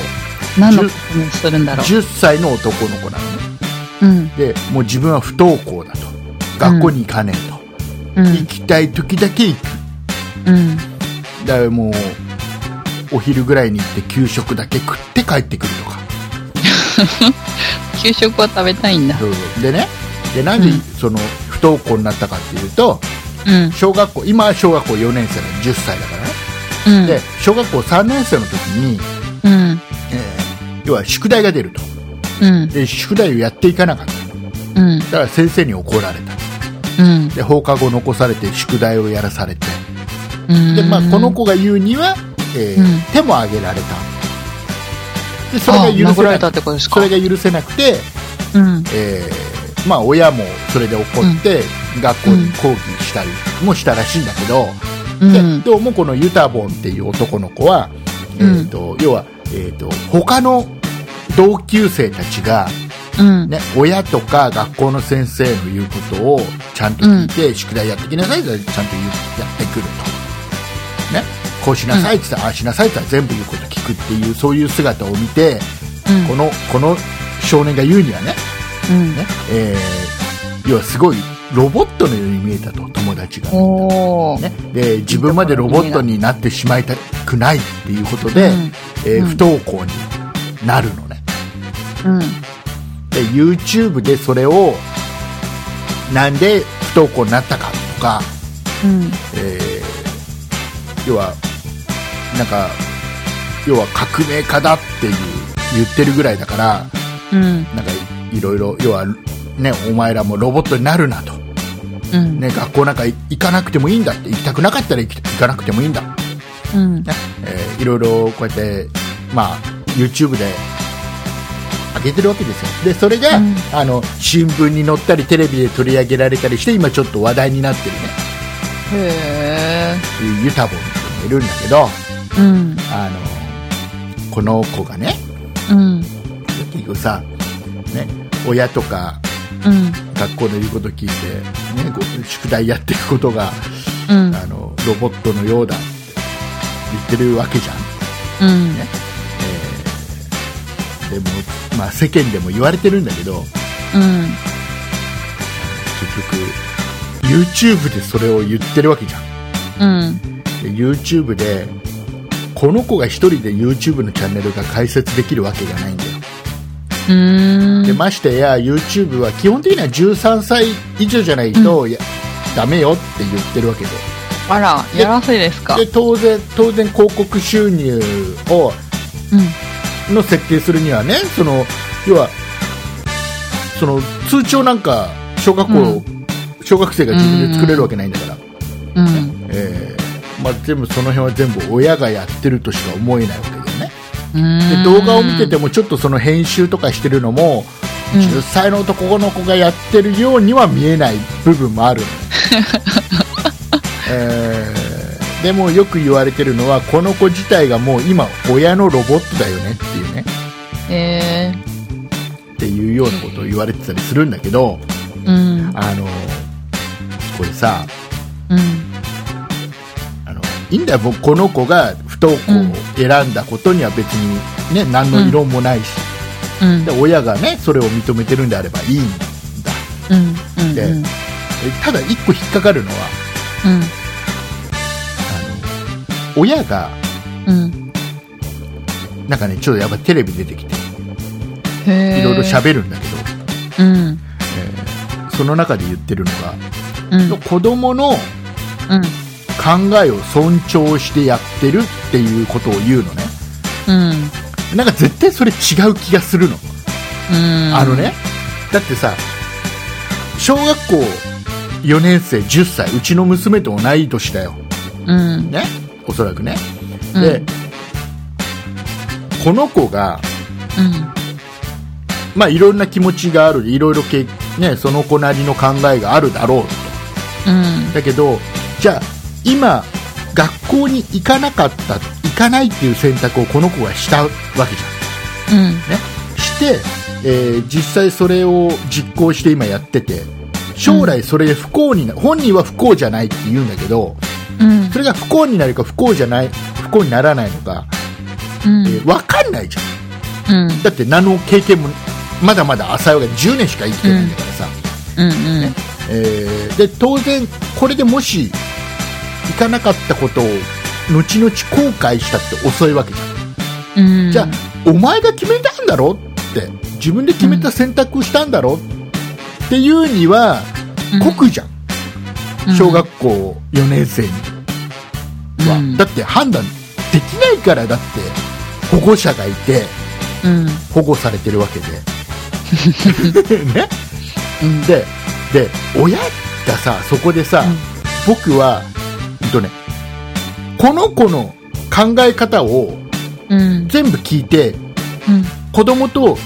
何の説明するんだろ
10歳の男の子なのね
う。うん。
でもう自分は不登校だと学校に行かねえと、
う
行
ん。
きたい時だけ行く
うん。
だからもうお昼ぐらいに行って給食だけ食って帰ってくるとか
給食は食べたいんだ。
そうそうでねでなんで
うん
その不登校になったかっていうと
うん。
小学校今は小学校4年生の10歳だからね、
うん。
で小学校3年生の時に、
うん。
えー要は宿題が出ると
うん。
で宿題をやっていかなかった
うん。
だから先生に怒られた
うん。
で放課後残されて宿題をやらされて
うん。
で、まあ、この子が言うには、えー
うん
手も挙げられたでそれ
あ
が許せ
殴ら
な
れた
く
ってことです
そ
か
れが許せなくて、
うん。
えーまあ、親もそれで怒って、学校に抗議したりもしたらしいんだけど、
うん。う
で
ん。
どうもこのユタボンっていう男の子は、えーと要は、えー、と他の同級生たちが、
うん。
ね、親とか学校の先生の言うことをちゃんと聞いて、宿題やってきなさいってちゃんと言うやってくると、ね、こうしなさいって言ったら、ああしなさいって言ったら全部言うこと聞くっていうそういう姿を見て、このこの少年が言うにはね
うん。
ね、えー要はすごいロボットのように見えたと友達が、
おー。
ね、で自分までロボットになってしまいたくないっていうことで、
うん
えー
うん
不登校になるのね。
うん。
で YouTube でそれをなんで不登校になったかとか、
うん。
えー要はなんか要は革命家だっていう言ってるぐらいだから
うん。
なんかいろいろ要は、ね、お前らもロボットになるなと、
うん。
ね、学校なんか行かなくてもいいんだって行きたくなかったら行き行かなくてもいいんだ、
うん。
ねえーいろいろこうやって、まあ、YouTube で上げてるわけですよでそれが、
うん
あの新聞に載ったりテレビで取り上げられたりして今ちょっと話題になってるね
へ
ユタボンっていうのがいるんだけど
ー。うん。
あのこの子がね
うん。
結局さ、ね、親とか
うん。
学校の言うこと聞いて、ね、こう宿題やってることが、
うん。
あのロボットのようだって言ってるわけじゃん
うん。
でも、まあ、世間でも言われてるんだけど
うん。
結局 YouTube でそれを言ってるわけじゃん
うん。
で YouTube でこの子が一人で YouTube のチャンネルが開設できるわけがないんだよ
うん。
でましてや YouTube は基本的には13歳以上じゃないと、やダメよって言ってるわけで
あら、やらせですか。
で当然当然広告収入を
う
の設定するにはねその要はその通帳なんか小学校、
う
小学生が自分で作れるわけないんだから、
ん。うん。
えーまあ、全部その辺は全部親がやってるとしか思えないわけだよね
う
で
ん
動画を見ててもちょっとその編集とかしてるのも、
うん
10歳の男の子がやってるようには見えない部分 もあるの、えーでもよく言われてるのはこの子自体がもう今親のロボットだよねっていうね
え
っていうようなことを言われてたりするんだけど
ー。うん。
あのこれさ
うん。
あのいいんだよ僕この子が不登校を選んだことには別に、ね、何の異論もないし、
うん。
で親が、ね、それを認めてるんであればいいんだ
うん。うん。
で
うん。
えただ一個引っかかるのはあの親が
うん。
なんかねちょっとやっぱテレビ出てきて
へー。
いろいろ喋るんだけど、
うん。
えーその中で言ってるのが、
うん。
子供の
うん。
考えを尊重してやってるっていうことを言うのね
うん。
なんか絶対それ違う気がするの、
うん。
あの。ねだってさ小学校4年生10歳うちの娘と同い年だよ
うん。
ねおそらくね、
うん
でこの子が
うん。
まあいろんな気持ちがあるいろいろけ、ね、その子なりの考えがあるだろうと
うん。
だけどじゃあ今学校に行かなかった行かないっていう選択をこの子がしたわけじゃん
うん。
して、えー実際それを実行して今やってて将来それ不幸にな本人は不幸じゃないって言うんだけど
うん。
それが不幸になるか不幸じゃない不幸にならないのか、
うん
え。ー分かんないじゃん
うん。
だって何の経験もまだまだ浅いわけで10年しか生きてないんだからさ、
うん。うん。
えーで当然これでもし行かなかったことを後々後悔したって遅いわけじゃん
うん。
じゃあ、お前が決めたんだろって、自分で決めた選択をしたんだろっていうには、
うん
酷じゃん。
うん
小学校4年生には。
うん
だって判断できないから、だって保護者がいて、
うん。
保護されてるわけで。 ね、で、で、親がさ、そこでさ、
うん
僕は、うんとね、この子の考え方を
うん。
全部聞いて、
うん。
子供と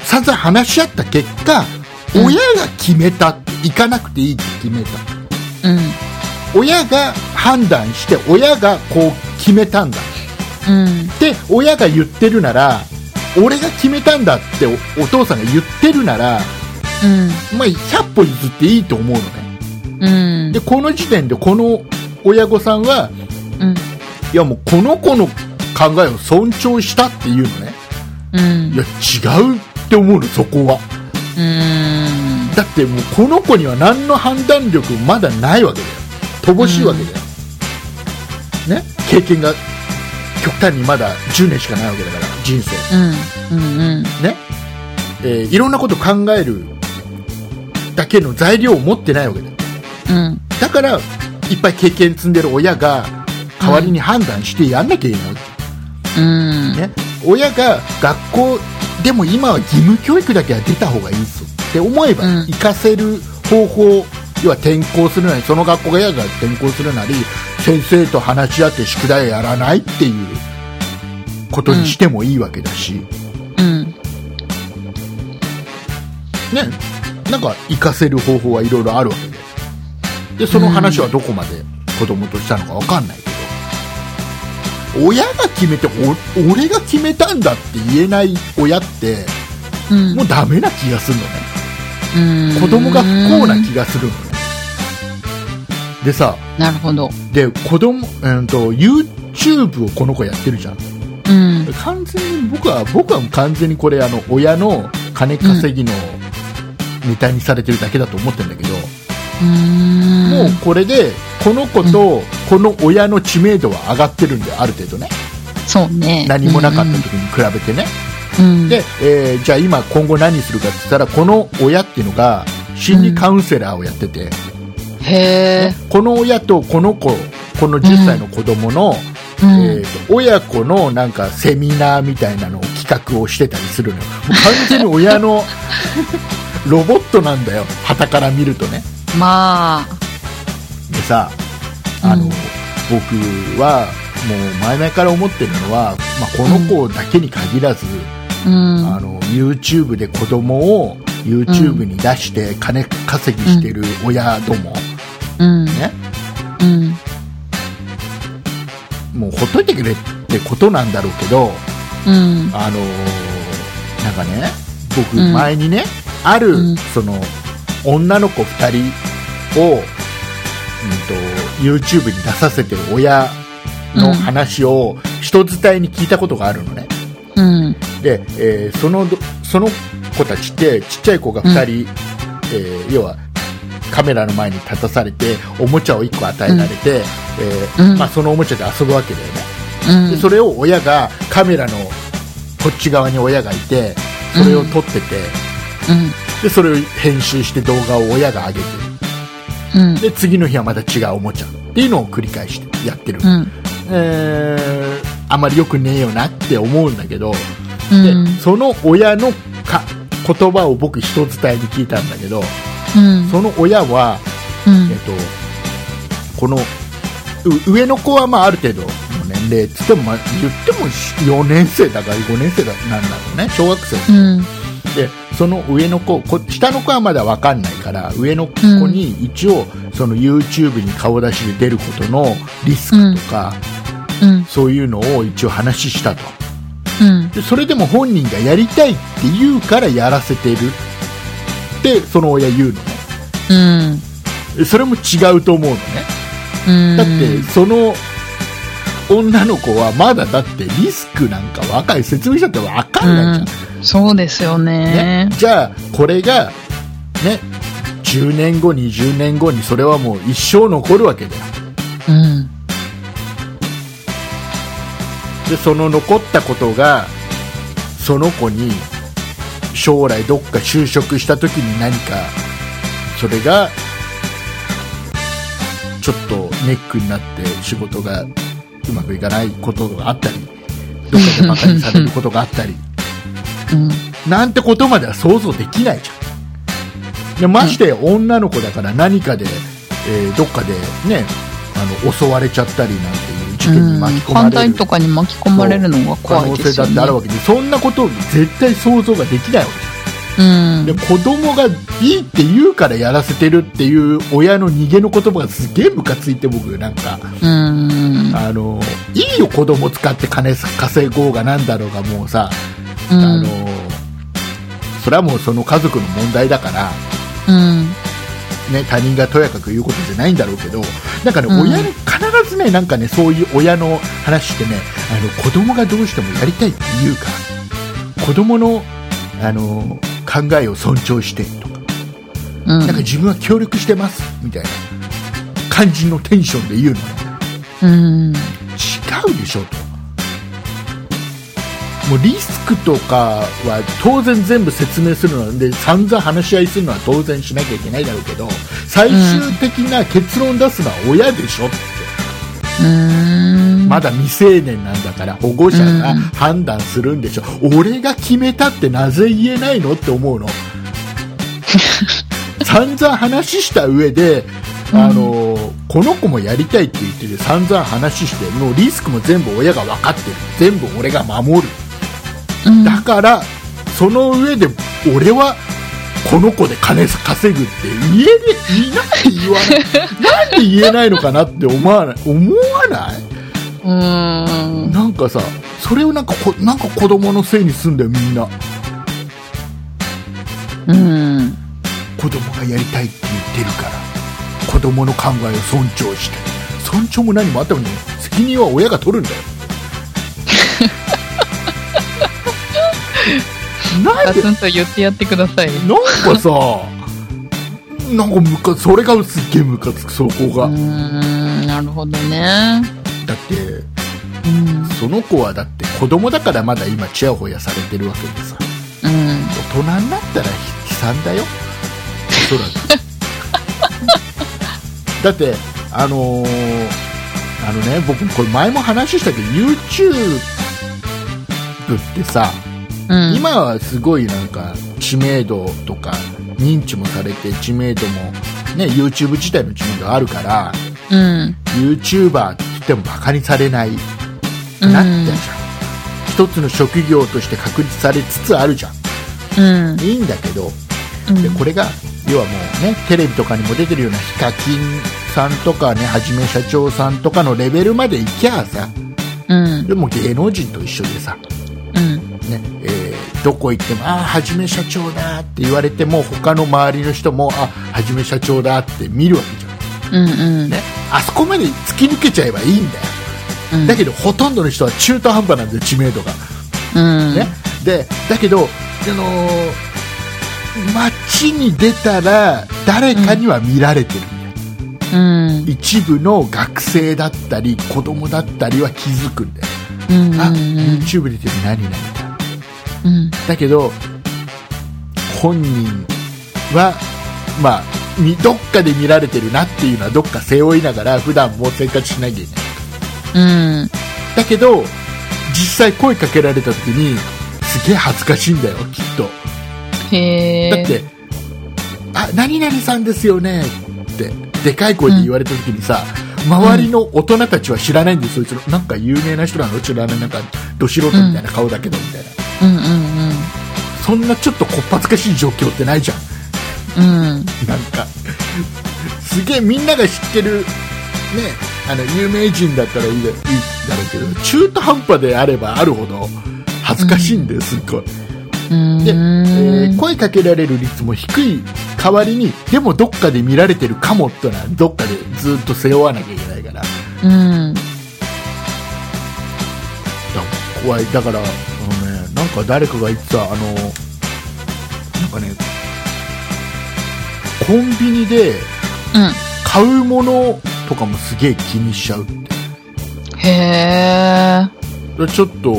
さ々話し合った結果、
うん
親が決めたって行かなくていいって決めた
うん。
親が判断して親がこう決めたんだ
うん。
って親が言ってるなら俺が決めたんだっておお父さんが言ってるなら、
うん。
まあ、100歩譲っていいと思うのね
うん。
でこの時点でこの親御さんは
うん。
いやもうこの子の考えを尊重したっていうのね
うん
いや違うって思うのそこは
うん。
だってもうこの子には何の判断力もまだないわけだよ乏しいわけだよ、ね経験が極端にまだ10年しかないわけだから人生
うん。うん。
ね、えーいろんなこと考えるだけの材料を持ってないわけだよ
うん。
だからいっぱい経験積んでる親が代わりに判断してやんなきゃいけないわけ
うん。
ね、親が学校でも今は義務教育だけは出た方がいいぞって思えば
うん
行かせる方法、要は転校するなりその学校が嫌だったら転校するなり先生と話し合って宿題やらないっていうことにしてもいいわけだし、ね
うん。
なんか行かせる方法はいろいろあるわけででその話はどこまで子供としたのかわかんないけど親が決めてお俺が決めたんだって言えない親って、
うん。
もうダメな気がするのね
うん。
子供が不幸な気がするのねでさ
なるほど。
で子供、うん、と YouTube をこの子やってるじゃん
うん。
完全に僕は僕は完全にこれあの親の金稼ぎのネタにされてるだけだと思ってるんだけど、
うん。
もうこれでこの子とこの親の知名度は上がってるんである程度ね
そうね。
何もなかった時に比べてね、
うん。
で、えーじゃあ今今後何するかって言ったらこの親っていうのが心理カウンセラーをやってて、
へえ。
この親とこの子この10歳の子供の、
うん。
えーと親子のなんかセミナーみたいなのを企画をしてたりするのよもう完全に親 のロボットなんだよ傍から見るとね
まあ。
でさあの、
うん
僕はもう前々から思ってるのは、まあ、この子だけに限らず、
うん。
あの YouTube で子供を YouTube に出して金稼ぎしてる親ども、
うん。
ね
うん。
もうほっといてくれってことなんだろうけど、
うん。
あのーなんかね、僕、
うん
前にね、ある、
うん
その、女の子2人を、うんと、YouTube に出させてる親の話を、人伝いに聞いたことがあるのね。
うん。
で、えーそのど、その子たちって、ちっちゃい子が2人、えー要は、カメラの前に立たされて、おもちゃを1個与えられて、えー
うん
まあ、そのおもちゃで遊ぶわけだよね。
うん。
でそれを親がカメラのこっち側に親がいてそれを撮ってて、
うん。
でそれを編集して動画を親が上げて
うん。
で次の日はまた違うおもちゃっていうのを繰り返してやってる、
うん。
えーあんまりよくねえよなって思うんだけど、
う
で
ん。
その親のか言葉を僕人伝えに聞いたんだけど
うん。
その親は、
う
えっ
ん。
と、このう上の子はまあある程度の年齢っつっても、まあ、言っても4年生だから5年生だなんだろうね小学生
うん。
でその上の子こ下の子はまだ分かんないから上の子に一応、その YouTube に顔出しで出ることのリスクとか、
うん。
そういうのを一応話したと
うん。
でそれでも本人がやりたいって言うからやらせてるってその親言うのね
うん。
でそれも違うと思うのね
うん。
だってその女の子はまだだってリスクなんか若い説明したって分かんないじゃん
そうですよね
ね、。じゃあこれが、ね、10年後20年後にそれはもう一生残るわけだよ
うん。
でその残ったことがその子に将来どっか就職した時に何かそれがちょっとネックになって仕事がうまくいかないことがあったりどっかでバカにされることがあった り
うん。
なんてことまでは想像できないじゃん。でまして女の子だから何かで、えーどっかでね、あの襲われちゃったりなんていう事件に巻き込ま
反
れ
対
る
とかに巻き込まれるのが
可
怖い
能
で
性
す
だ
よ
って
ね
あ。るわけで、そんなことを絶対想像ができないわ
うん
け。で子供がいいって言うからやらせてるっていう親の逃げの言葉がすげえムカついて僕なんか、
うん。
あのいいよ子供使って金稼ごうがなんだろうがもうさ、
うん
あのそれはもうその家族の問題だから、
うん。
ね、他人がとやかく言うことじゃないんだろうけどなんかね、
うん
親の必ずねなんかねそういう親の話ってねあの子供がどうしてもやりたいって言うから子供のあの考えを尊重してとか
うん。
なんか自分は協力してますみたいな感じのテンションで言うのね
うん。
違うでしょと。もうリスクとかは当然全部説明するので散々話し合いするのは当然しなきゃいけないだろうけど最終的な結論出すのは親でしょって、
うん。
まだ未成年なんだから保護者が
うん
判断するんでしょ、俺が決めたってなぜ言えないのっ て思うの散々話した上であの、この子もやりたいって言ってて散々話してもうリスクも全部親が分かってる全部俺が守る
うん
だからその上で俺はこの子で金稼ぐって言えねえなんで言わな いなんで言えないのかなって思わない思わない
うん。
なんかさそれをなんかこなんか子供のせいにすんだよみんな
うん。
子供がやりたいって言ってるから子供の考えを尊重して尊重も何もあったのに責任は親が取 るんだよなん
ガ
で
ツンと言ってやってください。
なんかさなんかむかそれがすっげえムカつくそこが、
うー
だ
んなるほどね。
って
うん。
その子はだって子供だからまだ今ちやほやされてるわけでさ
うん。
大人になったら悲惨だよおそらくだってあのーあのね僕これ前も話したけど YouTube ってさ、
うん。
今はすごいなんか知名度とか認知もされて知名度も、ね、YouTube 自体の知名度あるから
うん。
YouTuber って言ってもバカにされないなってたじゃん、一つの職業として確立されつつあるじゃん
うん。
いいんだけど
うん
でこれが要はもうねテレビとかにも出てるようなヒカキンさんとかねはじめ社長さんとかのレベルまで行きゃあさ
うん。
でも芸能人と一緒でさ、
うん。
ねえーどこ行ってもああはじめ社長だって言われても他の周りの人もあはじめ社長だって見るわけじゃん
うん。うん。
ねあそこまで突き抜けちゃえばいいんだよ、
うん
だけどほとんどの人は中途半端なんだよ知名度が
うん。
ね、でだけど、あのー街に出たら誰かには見られてる、
うん。
一部の学生だったり子供だったりは気づくんだよ、
うん。
あ
うん。
YouTube に出てる何々だ
うん。
だけど本人はまあみどっかで見られてるなっていうのはどっか背負いながら普段も生活しなきゃいけない
うん。
だけど実際声かけられた時にすげえ恥ずかしいんだよきっと
へえ。
だっ。て、あ、何々さんですよねって、でかい声で言われた時にさ、周りの大人たちは知らないんですよ、そいつのなんか有名な人なの知らない、なんか、ど素人みたいな顔だけど、みたいな。
うんう
そんなちょっとこっぱずかしい状況ってないじゃ
ん
ん、
うん。うん。
なんか。すすげえみんなが知ってる、ね、あの有名人だったらいいだいいだろうけど中途半端であればあるほど恥ずかしいんです、すっごい。
うん。
で、えー声かけられる率も低い代わりにでもどっかで見られてるかもってのはどっかでずっと背負わなきゃいけないからだか
うん。
ら怖いだからあの、ね、なんか誰かが言ってたあのなんかねコンビニで
う
買うものとかもすげえ気にしちゃうって
ん。へー。
でちょっと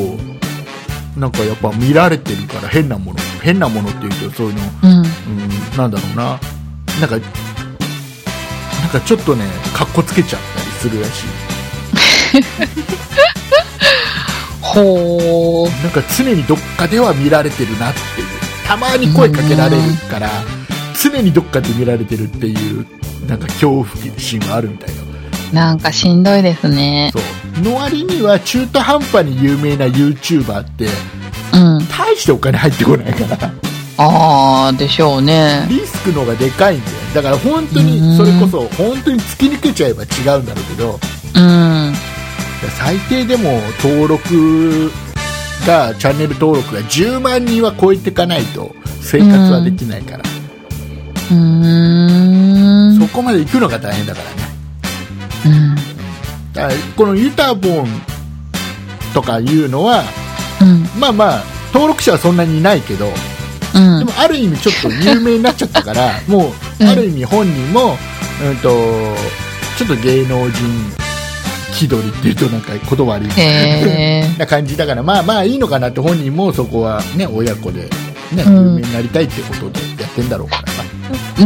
なんかやっぱ見られてるから変なもの変なものっていうとそういうの
うん。
うん、なんだろうな、なんか、なんかちょっとね、かっこつけちゃったりするらしい。
ほー。
なんか常にどっかでは見られてるなっていう。たまに声かけられるから、常にどっかで見られてるっていう、なんか恐怖心はあるみたいな。
なんかしんどいですね。
そう。の割には中途半端に有名な YouTuber って、
うん。
大してお金入ってこないから、
あー、でしょうね。
リスクの方がでかいんだよ。だから本当に、それこそ、本当に突き抜けちゃえば違うんだろうけど、
うん。
最低でも登録がチャンネル登録が10万人は超えていかないと生活はできないから、
うーん。
そこまで行くのが大変だからね
うん。
だからこのユタボンとかいうのは
うん。
まあまあ登録者はそんなにいないけど
うん
で。もある意味ちょっと有名になっちゃったから もう
うん
ある意味本人も、うん、とちょっと芸能人気取りっていうとなんか言葉悪いけど
へー。
な感じだからまあまあいいのかなって本人もそこはね親子で、ね、
うん
有名になりたいってことでやってんだろうから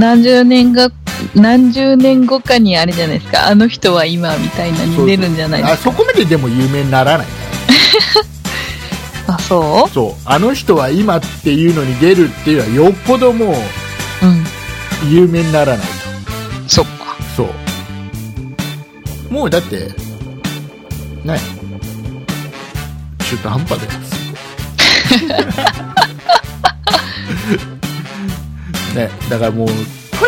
な、
何十年が、何十年後かにあれじゃないですか、あの人は今みたいなに出るんじゃないで
あ
す
そこまででも有名にならないか
か。あ、そ
らそうあの人は今っていうのに出るっていうのはよっぽどもう
ううん。
有名にならない
そっか。
とそうもうだってね中途半端だよすごいねだからもうと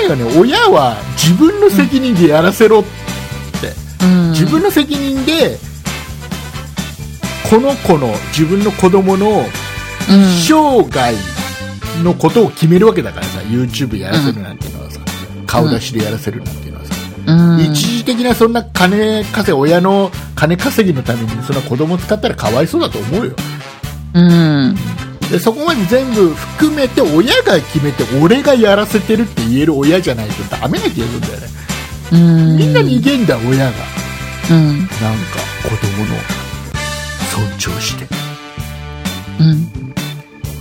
にかくね親は自分の責任でやらせろって
うん。
自分の責任でこの子の自分の子供の
うん、
生涯のことを決めるわけだからさ YouTube やらせるなんていうのはさ顔出しでやらせるなんていうのはさ、
うん。
一時的なそんな金稼ぎ親の金稼ぎのためにそんな子供使ったらかわいそうだと思うよ
うん。
でそこまで全部含めて親が決めて俺がやらせてるって言える親じゃないとダメな気がするんだよね
うん。
みんな逃げんだ親が
うん。
なんか子供の尊重して
うん。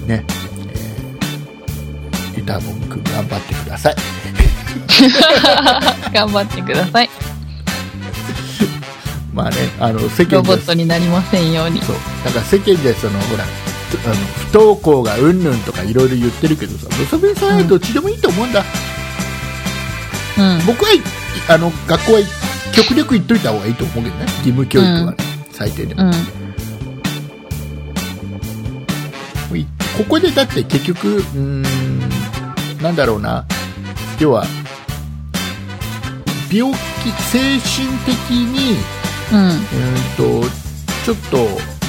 ね、えー、ユタボン君頑張ってください。
頑張ってください。
まあね、あの世
ロ
間
ボ
で
ットになりませんように。
そう、だから世間でそのほら、とあの不登校がうんぬんとかいろいろ言ってるけどさ、無差別さどっちでもいいと思うんだ。
うん。
僕はいあの学校は極力言っといた方がいいと思うけどね、義務教育は、ね最低でも。
うん。
いここでだって結局うーんなんだろうな要は病気精神的に
うん。
うーんとちょっと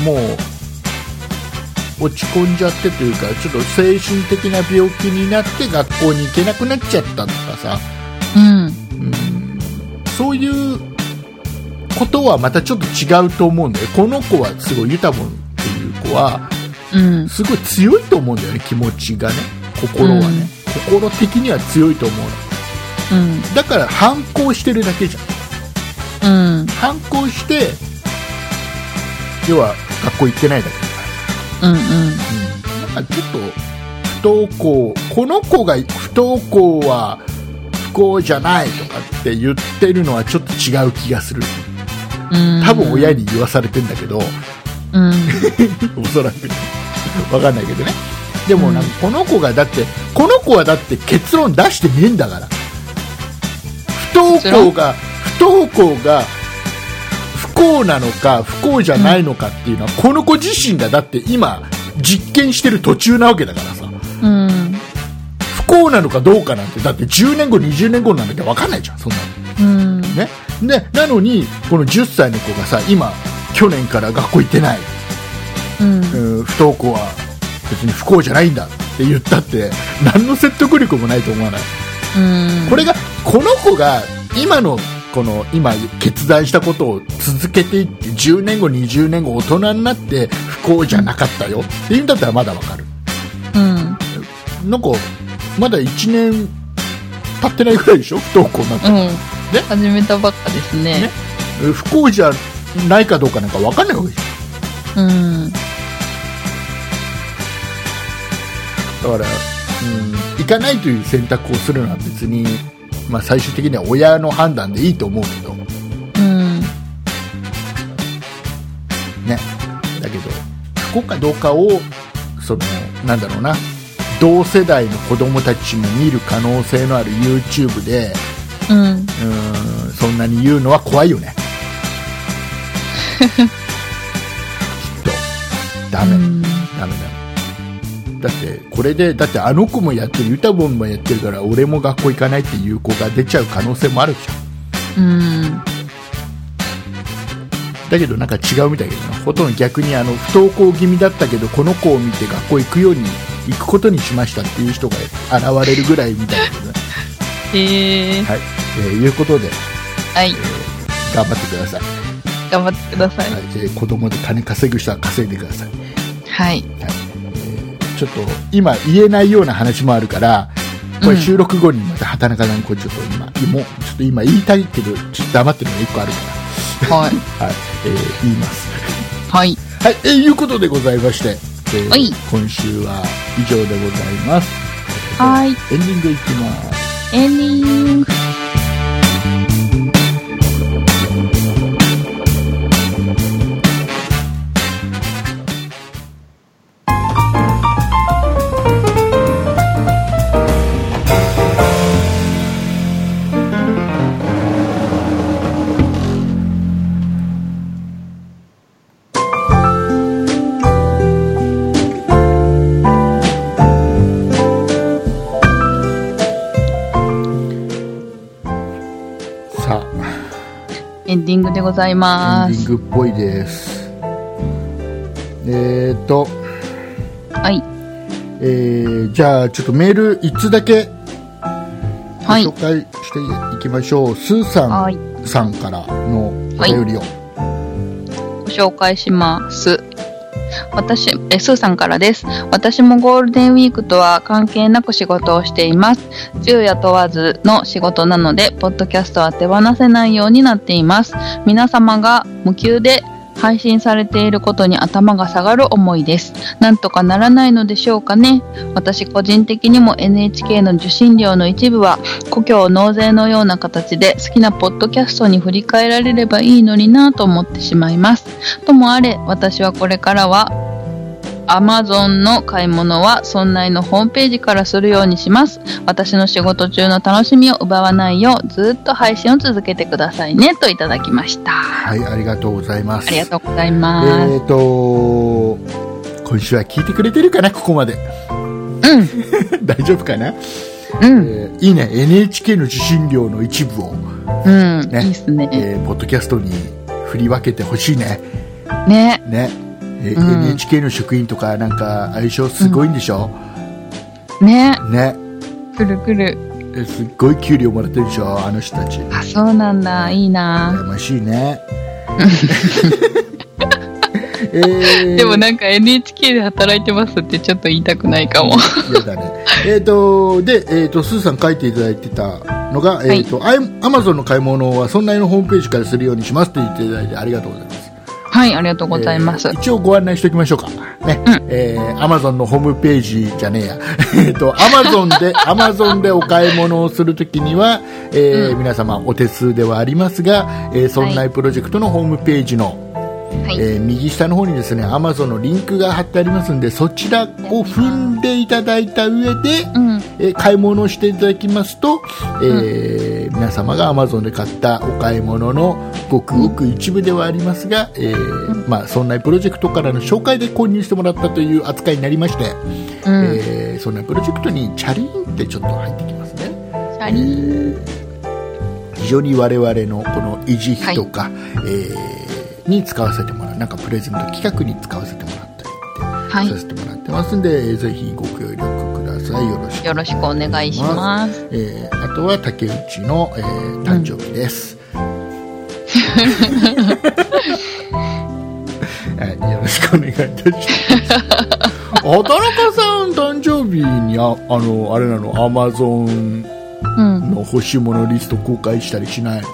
もう落ち込んじゃってというかちょっと精神的な病気になって学校に行けなくなっちゃったとかさ
うん。
うーんそういうことはまたちょっと違うと思うんだよこの子はすごいユタボンっていう子は
うん。
すごい強いと思うんだよね気持ちがね心はね、
うん
心的には強いと思うの
うん。
だから反抗してるだけじゃん
うん。
反抗して要は学校行ってないだけだか
うん。
ら、うん、なんかちょっと不登校この子が不登校は不幸じゃないとかって言ってるのはちょっと違う気がする
うん。
多分親に言わされてんだけど、
うん。
おそらく分かんないけどねでもなんかこの子がだってこの子はだって結論出してねえんだから不登校が不登校が不幸なのか不幸じゃないのかっていうのは、この子自身がだって今実験してる途中なわけだからさ
うん。
不幸行なのかどうかなんてだって10年後20年後なんて分かんないじゃんそんなの
うん。
ね、でなのにこの10歳の子がさ今去年から学校行ってない、
うん。
うん不登校は別に不幸じゃないんだって言ったって何の説得力もないと思わない
うん。
これがこの子が今のこの今決断したことを続けていって10年後20年後大人になって不幸じゃなかったよっていうんだったらまだわかる
うん。
なんかまだ1年経ってないぐらいでしょ不登校になって
うん。
ね
始めたばっかですね。
ね不幸じゃないかどうかなんかわかんないわけです
うん。
だから、うん、行かないという選択をするのは別に、まあ、最終的には親の判断でいいと思うけど、ね、
うん。
だけど不幸かどうかをそのなんだろうな同世代の子供たちも見る可能性のある YouTube で
うん。
うんそんなに言うのは怖 いよねきっとダメ、
うん
ダメだだってこれでだってあの子もやってるユタボンもやってるから俺も学校行かないっていう子が出ちゃう可能性もあるじゃ
うん。
んだけどなんか違うみたいだけどなほとんど逆にあの不登校気味だったけどこの子を見て学校行くように行くことにしましたっていう人が現れるぐらいみたいな、ね
えー、
はいえーいうことで
はい。
頑張ってください、は
頑張ってください。
いえー子供で金稼ぐ人は稼いでください、は
は
い
い。
えーちょっと今言えないような話もあるからこれ収録後にまた畑中さんこれちょっと今もうちょっと今言いたいけどちょっと黙ってるのが1個あるか
はい。
ら、はいえー言います
はい。
はいえーいうことでございまして、えー
はい
今週は以上でございます
はい
エンディングいきます
エンディング。
さあ
エンディングでございま
エンディ
す。
ングっぽいですえーと、
はい。
えーじゃあちょっとメール1つだけご
はい
紹。介していきましょう、スーさ
は
ん
い
さんからのお便りを、
ご紹介します。私、え、スーさんからです。私もゴールデンウィークとは関係なく仕事をしています。昼夜問わずの仕事なので、ポッドキャストは手放せないようになっています。皆様が無給で配信されていることに頭が下がる思いです。なんとかならないのでしょうかね。私個人的にも NHK の受信料の一部は故郷納税のような形で好きなポッドキャストに振り返られればいいのになぁと思ってしまいます。ともあれ、私はこれからは Amazon の買い物は村内のホームページからするようにします。私の仕事中の楽しみを奪わないようずっと配信を続けてくださいねといただきました。あ
はいありがとうございます
りがとうございます。
えー、と今週は聞いてくれてるかなここまで 大丈夫かな、
うん、うん、
えーいいね NHK の受信料の一部を、
うん、
ね
いいっすね。
えーポッドキャストに振り分けてほしいね
ね、
ね、えー
うん
NHK の職員とかなんか相性すごいんでしょ、
ね、
ね
くるくる。
えーすっごい給料もらってるでしょあの人たち
あ、そうなんだ。いいな
羨ましい ねえー
でもなんか NHK で働いてますってちょっと言いたくないかも。
嫌だね。えっ、と、で、えっ、と、スーさん書いていただいてたのが、えっ、と、アイアマゾンの買い物は、そんなにのホームページからするようにしますって言っていただいて、ありがとうございます。
はい、ありがとうございます
え。ー一応ご案内しておきましょうか。ね。えー、アマゾンのホームページじゃねえや。 えっと、アマゾンで、アマゾンでお買い物をするときには、えー皆様お手数ではありますが、えー、そんなプロジェクトのホームページの、
はい。
えー右下の方にですね Amazon のリンクが貼ってありますんでそちらを踏んでいただいた上で、
うん。
えー買い物をしていただきますと、えー皆様が Amazon で買ったお買い物のごくごく一部ではありますが、えーまあ、そんなプロジェクトからの紹介で購入してもらったという扱いになりまして、
うん。
えーそんなプロジェクトにチャリンってちょっと入ってきますね。
チャリーン。
非常に我々のこの維持費とか、えーに使わせてもらうなんかプレゼント企画に使わせてもらったりって
はい
さ。せてもらってますんで、えーぜひご協力くださいよろしく
よろしくお願いします。
えーあとは竹内の、えー誕生日です、 はいよろしくお願いいたします。畑中さん誕生日にああのあれなのアマゾン
うん。
の欲しいものリスト公開したりしないの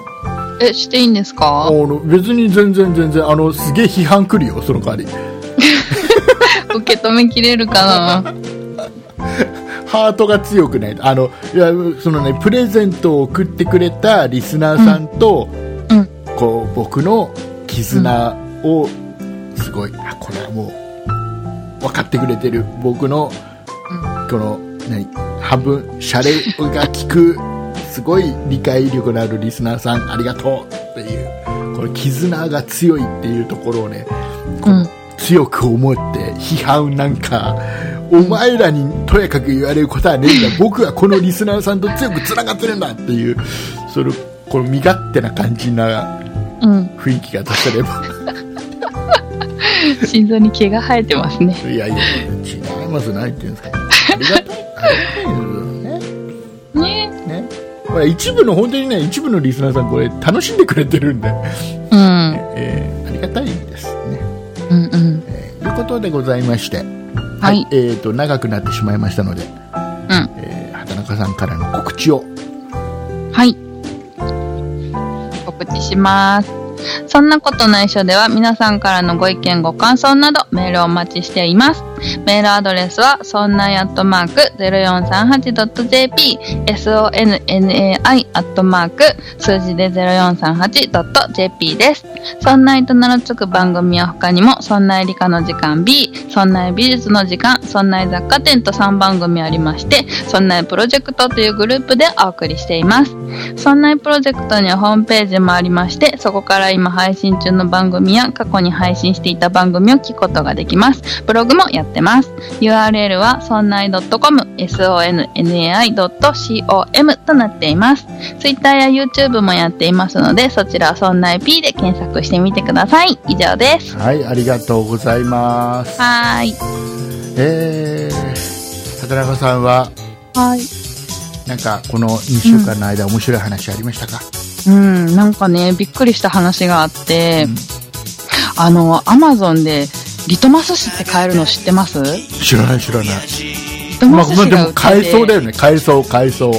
え、していいんです
あ
か
の別に全然全然あのすげえ批判来るよその代わり
受け止めきれるかな
ハートが強くないあのいやそのねプレゼントを送ってくれたリスナーさんと、
うんうん
こう僕の絆を、すごいあこれはもう分かってくれてる僕の、この何半分シャレが効くすごい理解力のあるリスナーさんありがとうっていうこの絆が強いっていうところをねこの
うん
強く思って批判なんかお前らにとやかく言われることはね えんだ僕はこのリスナーさんと強くつながってるんだっていうそのこの身勝手な感じな
うん。
雰囲気が出せれば
心臓に毛が生えてますね。
いやいや違いますないって言うんですかありがたいありがたいですよね
ね
ね、ほら一部の本当にね一部のリスナーさんこれ楽しんでくれてるんで、
うん。
えーありがたいですね。
うんうん。
えーということでございまして、
はい
えー、と長くなってしまいましたので、
う
えー畑中さんからの告知を
ん。はい。告知します。そんなことないしょでは皆さんからのご意見ご感想などメールをお待ちしています。メールアドレスはそんないアットマーク 0438.jp sonnai アットマーク数字で 0438.jp です。そんないと名のつく番組は他にもそんない理科の時間 B、そんない美術の時間、そんない雑貨店と3番組ありまして、そんないプロジェクトというグループでお送りしています。そんないプロジェクトにはホームページもありまして、そこから今配信中の番組や過去に配信していた番組を聞くことができます。ブログもやってます。URL はそんない .com、sonnai.com となっています。Twitter や YouTube もやっていますので、そちらはそんない P で検索してみてください。以上です。
はいありがとうございます、
はーい。
えー畑中さんは
はい。
なんかこの2週間の間、面白い話ありましたか、
うん、なんかね、びっくりした話があって、
うん
あの、アマゾンで、リトマス紙って買えるの知ってますリ
知らない知らない、
ト
ま
マ
あ、
ス
まあ
紙
で
が売っ
も
てて
買えそうだよね買えそう買えそう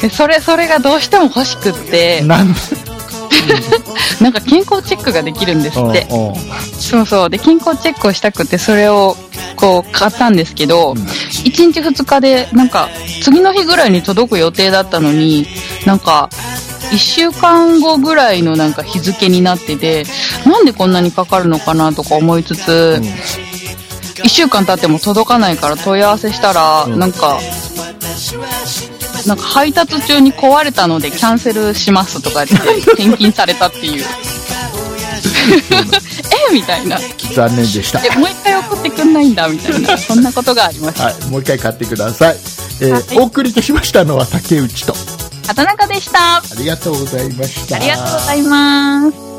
でそれ、それがどうしても欲しくって、
なんで
なんか健康チェックができるんですって。
うんうん
そうそう。で、健康チェックをしたくて、それを、こう、買ったんですけど、1日2日で、なんか、次の日ぐらいに届く予定だったのに、なんか、1週間後ぐらいのなんか日付になってて、なんでこんなにかかるのかなとか思いつつ、
うん
1週間経っても届かないから問い合わせしたら、
うん
なんか、なんか配達中に壊れたのでキャンセルしますとか言って返金されたっていう。 えみたいな。
残念でした
え、もう一回送ってくんないんだみたいな。そんなことがありました。
はい、もう一回買ってください。えー
はい
お送りいたしましたのは竹内と。
畑中でした。あ
ありがとうございました。
りがとうございます。